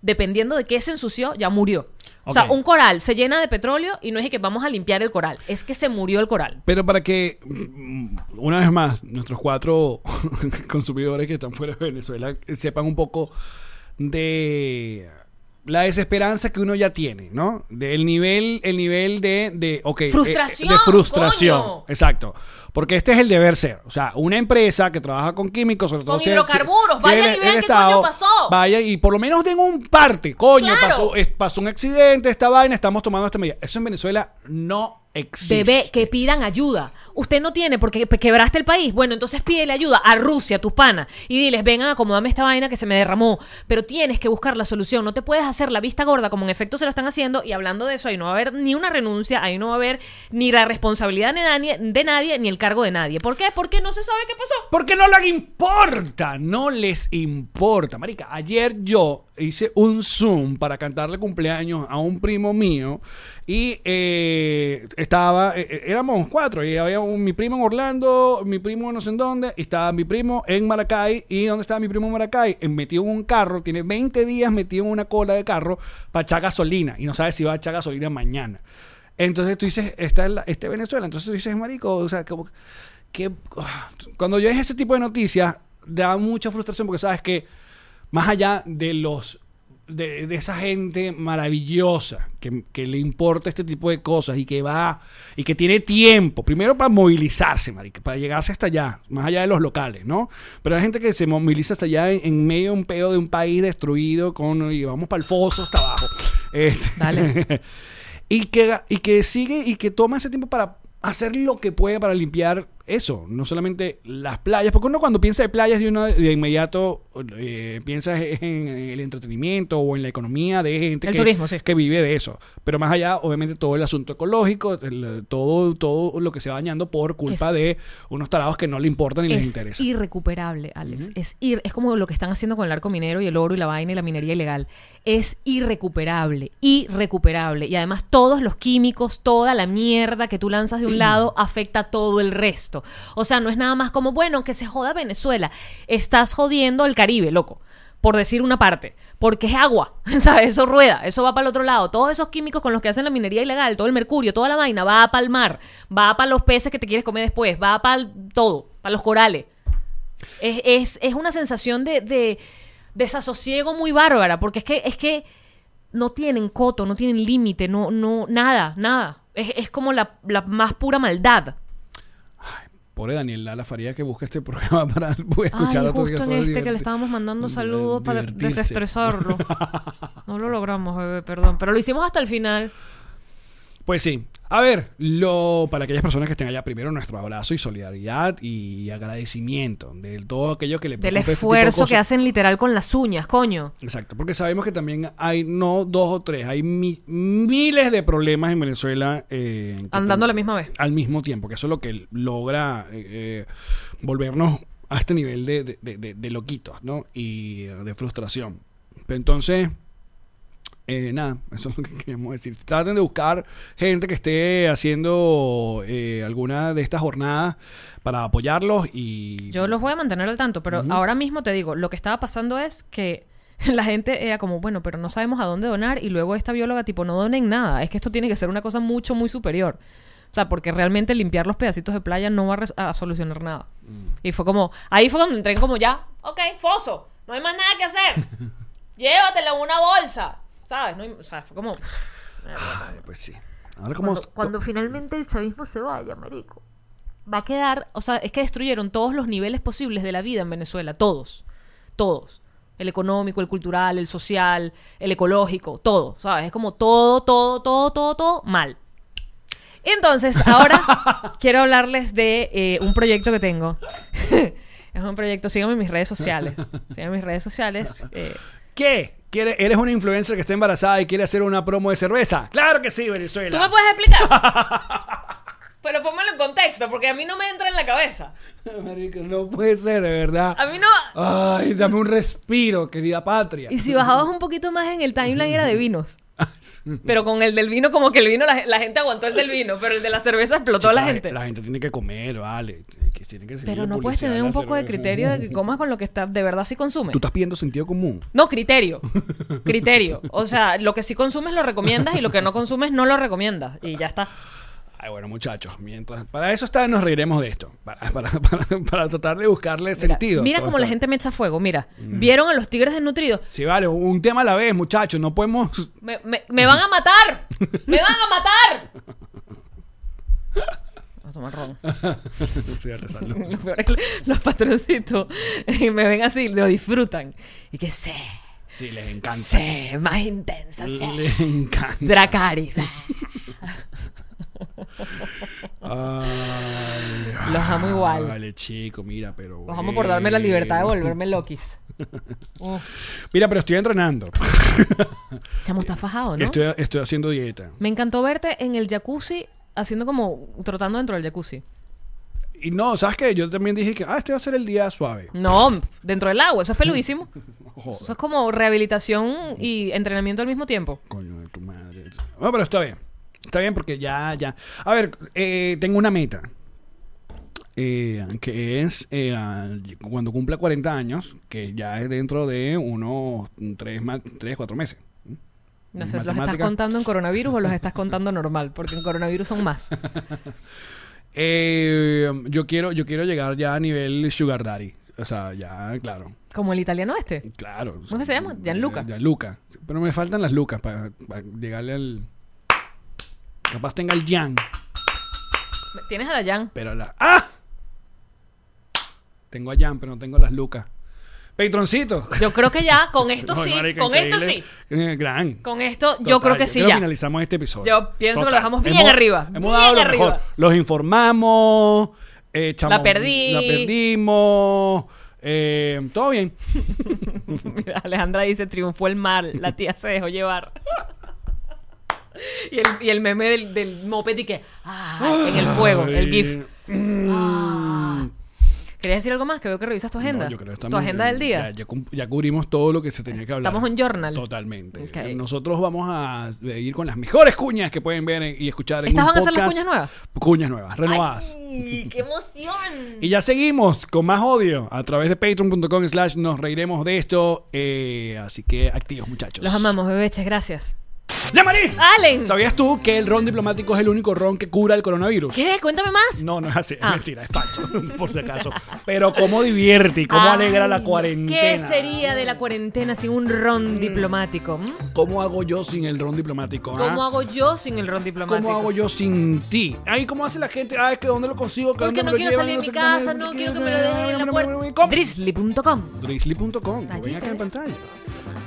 B: dependiendo de qué se ensució, ya murió. O sea,
A: Ok.
B: un coral se llena de petróleo y no es que vamos a limpiar el coral, es que se murió el coral.
A: Pero para que, mm, una vez más, nuestros cuatro (laughs) consumidores que están fuera de Venezuela sepan un poco de la desesperanza que uno ya tiene, ¿no? Del nivel, el nivel de, de ok, eh,
B: Frustración,
A: de frustración,
B: coño.
A: exacto. Porque este es el deber ser. O sea, una empresa que trabaja con químicos, sobre todo
B: Con hidrocarburos, vayan
A: el-
B: y vean
A: el
B: qué coño pasó.
A: Vaya y por lo menos den un parte, coño,
B: Claro.
A: pasó, es- pasó un accidente, esta vaina, estamos tomando esta medida. Eso en Venezuela no existe.
B: Bebé, que pidan ayuda. Usted no tiene porque pe- quebraste el país. Bueno, entonces pídele ayuda a Rusia, a tus panas, y diles, vengan, acomodame esta vaina que se me derramó. Pero tienes que buscar la solución. No te puedes hacer la vista gorda como en efecto se lo están haciendo. Y hablando de eso, ahí no va a haber ni una renuncia, ahí no va a haber ni la responsabilidad de nadie, de nadie ni el cargo de nadie. ¿Por qué? Porque no se sabe qué pasó.
A: Porque no les importa, no les importa. Marica, ayer yo hice un Zoom para cantarle cumpleaños a un primo mío y eh, estaba, eh, eh, éramos cuatro y había un- mi primo en Orlando, mi primo no sé en dónde, y estaba mi primo en Maracay. ¿Y dónde estaba mi primo en Maracay? Eh, Metido en un carro, tiene 20 días metido en una cola de carro para echar gasolina y no sabe si va a echar gasolina mañana. Entonces tú dices, esta es la- este es Venezuela. Entonces tú dices, marico, o sea, como que ah, cuando yo es ese tipo de noticias da mucha frustración porque sabes que más allá de los de, de esa gente maravillosa que, que le importa este tipo de cosas y que va y que tiene tiempo, primero para movilizarse, marica, para llegarse hasta allá, más allá de los locales, ¿no? Pero hay gente que se moviliza hasta allá en, en medio de un peo de un país destruido con y vamos para el foso hasta abajo. Este, (laughs)
B: Dale.
A: y, que, y que sigue y que toma ese tiempo para hacer lo que puede para limpiar eso, no solamente las playas, porque uno cuando piensa de playas de uno de inmediato eh, piensa en el entretenimiento o en la economía de gente
B: El
A: que,
B: turismo, sí.
A: que vive de eso, pero más allá obviamente todo el asunto ecológico, el- todo todo lo que se va dañando por culpa
B: Es-
A: de unos tarados que no le importan ni les
B: Es
A: interesa.
B: irrecuperable, Alex. Es ir, es como lo que están haciendo con el arco minero y el oro y la vaina y la minería ilegal. Es irrecuperable, irrecuperable. Y además todos los químicos, toda la mierda que tú lanzas de un lado afecta a todo el resto. O sea, no es nada más como, bueno, que se joda Venezuela. Estás jodiendo al Caribe, loco. Por decir una parte, porque es agua, (laughs) ¿sabes? Eso rueda, eso va para el otro lado. Todos esos químicos con los que hacen la minería ilegal, todo el mercurio, toda la vaina, va para el mar, va para los peces que te quieres comer después, va para todo, para los corales. Es, es- es una sensación de, de desasosiego muy bárbara, porque es que, es que no tienen coto, no tienen límite, no, no, nada, nada. Es, es como la, la más pura maldad.
A: Pobre Daniel Lala Faría que busca este (laughs) programa para poder escuchar
B: Ay,
A: a todos
B: justo en
A: todos
B: este que
A: divertir-
B: le estábamos mandando saludos para
A: divertirse.
B: desestresarlo. No lo logramos, bebé, perdón. Pero lo hicimos hasta el final.
A: Pues sí. A ver, lo, para aquellas personas que estén allá, primero nuestro abrazo y solidaridad y agradecimiento de todo aquello que le
B: Del
A: preocupa este tipo de
B: esfuerzo que
A: cosas.
B: hacen literal con las uñas, coño.
A: Exacto, porque sabemos que también hay no dos o tres, hay mi- miles de problemas en Venezuela. eh, que
B: Andando a la
A: tam-
B: misma vez.
A: Al mismo tiempo, que eso es lo que logra eh, eh, volvernos a este nivel de, de- de- de- de loquitos, ¿no? Y eh, de frustración. Pero entonces, eh, nada, eso es lo que (laughs) queríamos decir. Traten de buscar gente que esté haciendo eh, alguna de estas jornadas para apoyarlos y...
B: Yo los voy a mantener al tanto, pero ahora mismo te digo, lo que estaba pasando es que (laughs) la gente era como, bueno, pero no sabemos a dónde donar y luego esta bióloga tipo, no donen nada, es que esto tiene que ser una cosa mucho, muy superior. O sea, porque realmente limpiar los pedacitos de playa no va a, res- a solucionar nada. Y fue como, ahí fue cuando entré en como ya, ok, foso, no hay más nada que hacer. Llévatela en una bolsa, ¿sabes? No hay- o sea, fue como...
A: Ay, pues sí. Ahora como...
B: finalmente el chavismo se vaya, marico. Va a quedar, o sea, es que destruyeron todos los niveles posibles de la vida en Venezuela, todos, todos. El económico, el cultural, el social, el ecológico, todo, ¿sabes? Es como todo, todo, todo, todo, todo mal. Entonces, (laughs) ahora quiero hablarles de eh, un proyecto que tengo. (laughs) es un proyecto, síganme en mis redes sociales. Síganme en mis redes sociales. eh,
A: ¿Qué? ¿Quiere- ¿Eres una influencer que está embarazada y quiere hacer una promo de cerveza? ¡Claro que sí, Venezuela!
B: ¿Tú me puedes explicar? Pero pónmelo en contexto, porque a mí no me entra en la cabeza.
A: (laughs) Marico, no puede ser, de verdad.
B: A mí no.
A: Ay, dame un respiro, querida patria.
B: Y si bajabas un poquito más en el timeline era de vinos. Pero con el del vino, como que el vino, la, la gente aguantó el del vino, pero el de la cerveza explotó a la gente.
A: La gente tiene que comer, vale. Que tiene que seguir
B: Pero
A: la
B: no puedes
A: publicidad
B: tener
A: la
B: un poco de
A: cerveza.
B: criterio de que comas con lo que está, de verdad sí consumes.
A: Tú estás pidiendo sentido común.
B: No, criterio. Criterio. O sea, lo que sí consumes lo recomiendas y lo que no consumes no lo recomiendas. Y ya está.
A: Ay, bueno, muchachos, mientras. Para eso está, nos reiremos de esto. Para, para, (laughs) para, para tratar de buscarle
B: Mira,
A: sentido. a
B: Mira
A: todo Mm.
B: cómo la
A: esto.
B: gente me echa fuego. Mira, ¿vieron a los tigres desnutridos?
A: Sí, vale, un tema a la vez, muchachos. No podemos. (laughs)
B: Me, me- me van a matar. Me van a matar. Vamos a tomar ron.
A: Sí, rezarlo.
B: Lo peor es que los patroncitos y me ven así, lo disfrutan. Y que sé,
A: Sí, les encanta.
B: sé, más intensa, sé.
A: Les encanta.
B: Dracaris.
A: Ay,
B: Los amo igual.
A: Vale, chico, mira, pero.
B: Los amo por darme la
A: bueno.
B: libertad de
A: (laughs)
B: volverme loquis. Uh,
A: Mira, pero estoy entrenando.
B: chamo, está fajado, ¿no?
A: Estoy, estoy haciendo dieta.
B: Me encantó verte en el jacuzzi haciendo como trotando dentro del jacuzzi.
A: Y no, ¿sabes qué? Yo también dije que, ah, este va a ser el día
B: (laughs)
A: suave.
B: No, dentro del agua, eso es peludísimo.
A: (laughs) Joder,
B: Eso es como rehabilitación y entrenamiento al mismo tiempo.
A: coño de tu madre. No, pero está bien. Está bien porque ya, ya. A ver, eh, tengo una meta. eh, que es eh, al- cuando cumpla 40 años, que ya es dentro de unos 3, 4 meses.
B: No sé, ¿los estás
A: Matemática.
B: contando en coronavirus o los estás contando normal? Porque en coronavirus son más.
A: Eh, yo quiero, yo quiero llegar ya a nivel Sugar Daddy. O sea, ya, claro.
B: Como el italiano
A: (laughs)
B: este.
A: Claro. ¿Cómo
B: que se llama? Gianluca.
A: Gianluca. Pero me faltan las lucas para, llegarle al. Capaz tenga el Jan,
B: Tienes a la Jan.
A: pero la. ¡Ah! Tengo a Jan, pero no tengo las lucas. Patroncito.
B: Yo creo que ya,
A: (laughs)
B: con esto
A: Ay,
B: sí,
A: marica,
B: con esto sí.
A: increíble. Eh, Gran.
B: Con esto yo
A: Total,
B: creo que sí
A: que
B: ya.
A: finalizamos este episodio.
B: Yo pienso que lo dejamos bien arriba,
A: Hemos
B: bien
A: dado lo
B: arriba.
A: mejor. Los informamos. eh, echamos-
B: La perdí.
A: La perdimos. eh, todo bien.
B: Mira, (laughs) Alejandra dice, triunfó el mal, la tía se dejó llevar. (laughs) y, el, y el meme del, del moped y que, ah, en el fuego, el
A: Ay, Mm.
B: GIF. ¿Querías decir algo más? Que veo que revisas tu agenda.
A: no, yo creo que
B: tu
A: estamos-
B: agenda del
A: Ya,
B: día.
A: ya cum- ya cubrimos todo lo que se tenía que hablar.
B: Estamos en journal.
A: Totalmente.
B: Ok.
A: Eh, Nosotros vamos a ir con las mejores cuñas que pueden ver en- y escuchar en
B: ¿Estas
A: un
B: van a ser las
A: podcast.
B: cuñas nuevas?
A: Cuñas nuevas, renovadas.
B: ¡Ay, ¡Qué emoción!
A: (laughs) Y ya seguimos con más odio a través de patreon.com slash nos reiremos de esto. Eh, así que activos muchachos.
B: Los amamos, bebeches, gracias.
A: ¡Ya, Marí!
B: ¡Allen!
A: ¿Sabías tú que el ron diplomático es el único ron que cura el coronavirus?
B: ¿Qué? Cuéntame más.
A: No, no es así, es
B: Ah.
A: mentira, es falso, (laughs) por si acaso. Pero cómo divierte y cómo
B: Ay,
A: alegra la cuarentena.
B: ¿Qué sería de la cuarentena sin un ron diplomático? ¿m?
A: ¿Cómo hago yo sin el ron diplomático? ah?
B: ¿Cómo hago yo sin el ron diplomático?
A: ¿Cómo hago yo sin ti? Ay, ¿cómo hace la gente? Ah, es que ¿dónde lo consigo? ¿Que dónde
B: Porque no
A: me lo
B: quiero
A: llevan?
B: salir de mi
A: sé qué,
B: casa, no quiero que me lo dejen en la puerta. Drizzly.com
A: Drizzly.com, que ven acá en
B: te ve.
A: pantalla.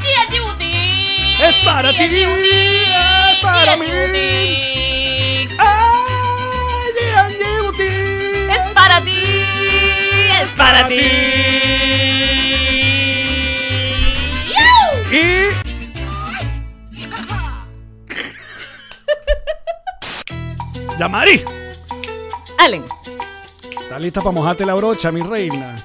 B: tía Judy!
A: ¡Es para
B: Tía
A: ti!
B: Judy,
A: ¡Es para
B: tía
A: mí!
B: Judy.
A: ¡Ay, G&G Boutique!
B: Es para ti, es para ti.
A: Y. Yamari,
B: Allen,
A: ¿estás lista para mojarte la brocha, mi reina?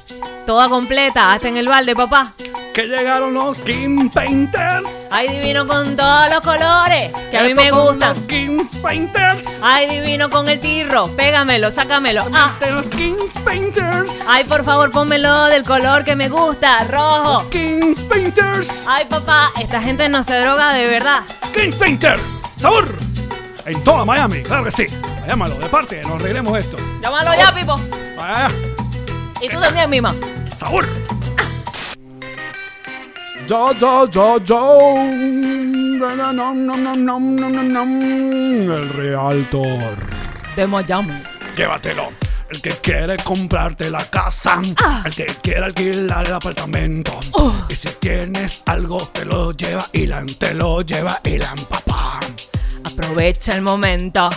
B: toda completa, hasta en el balde, papá.
A: Que llegaron los King Painters.
B: Ay, divino con todos los colores que a mí
A: Estos
B: me
A: son
B: gustan.
A: Los King Painters.
B: Ay, divino con el tirro, pégamelo, sácamelo. Ah,
A: De los King Painters.
B: ay, por favor, pónmelo del color que me gusta, rojo.
A: King Painters.
B: Ay, papá, esta gente no se droga de verdad.
A: King Painter. Sabor. En toda Miami, claro que sí. Llámalo, de parte, nos reiremos de esto.
B: Llámalo
A: Sabor.
B: ya, Pipo.
A: Ah,
B: Y tú también, Mima.
A: sabor. Yo, yo, yo, yo. Na, na, nom, nom, nom, nom, nom, nom, nom. El Realtor.
B: De Miami.
A: Llévatelo. El que quiere comprarte la casa. El que quiere alquilar el apartamento. Y si tienes algo, te lo lleva Ilan. Te lo lleva Ilan, papá.
B: Aprovecha el momento.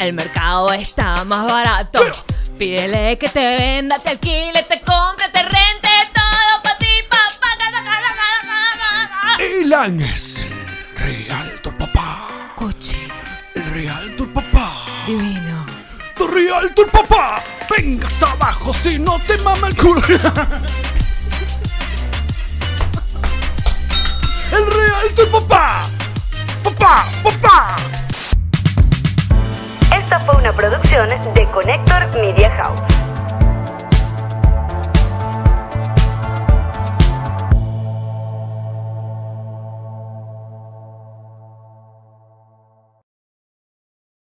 B: El mercado está más barato. Pídele que te venda, te alquile, te compre, te rente todo para ti, papá.
A: Eh. Ilan es el Realtor, papá.
B: Coche
A: El Realtor Papá.
B: divino.
A: Tu Realtor Papá. Venga hasta abajo si no te mama el culo. (laughs) El Realtor Papá. Papá, papá.
D: Esta fue una producción de Connector Media House.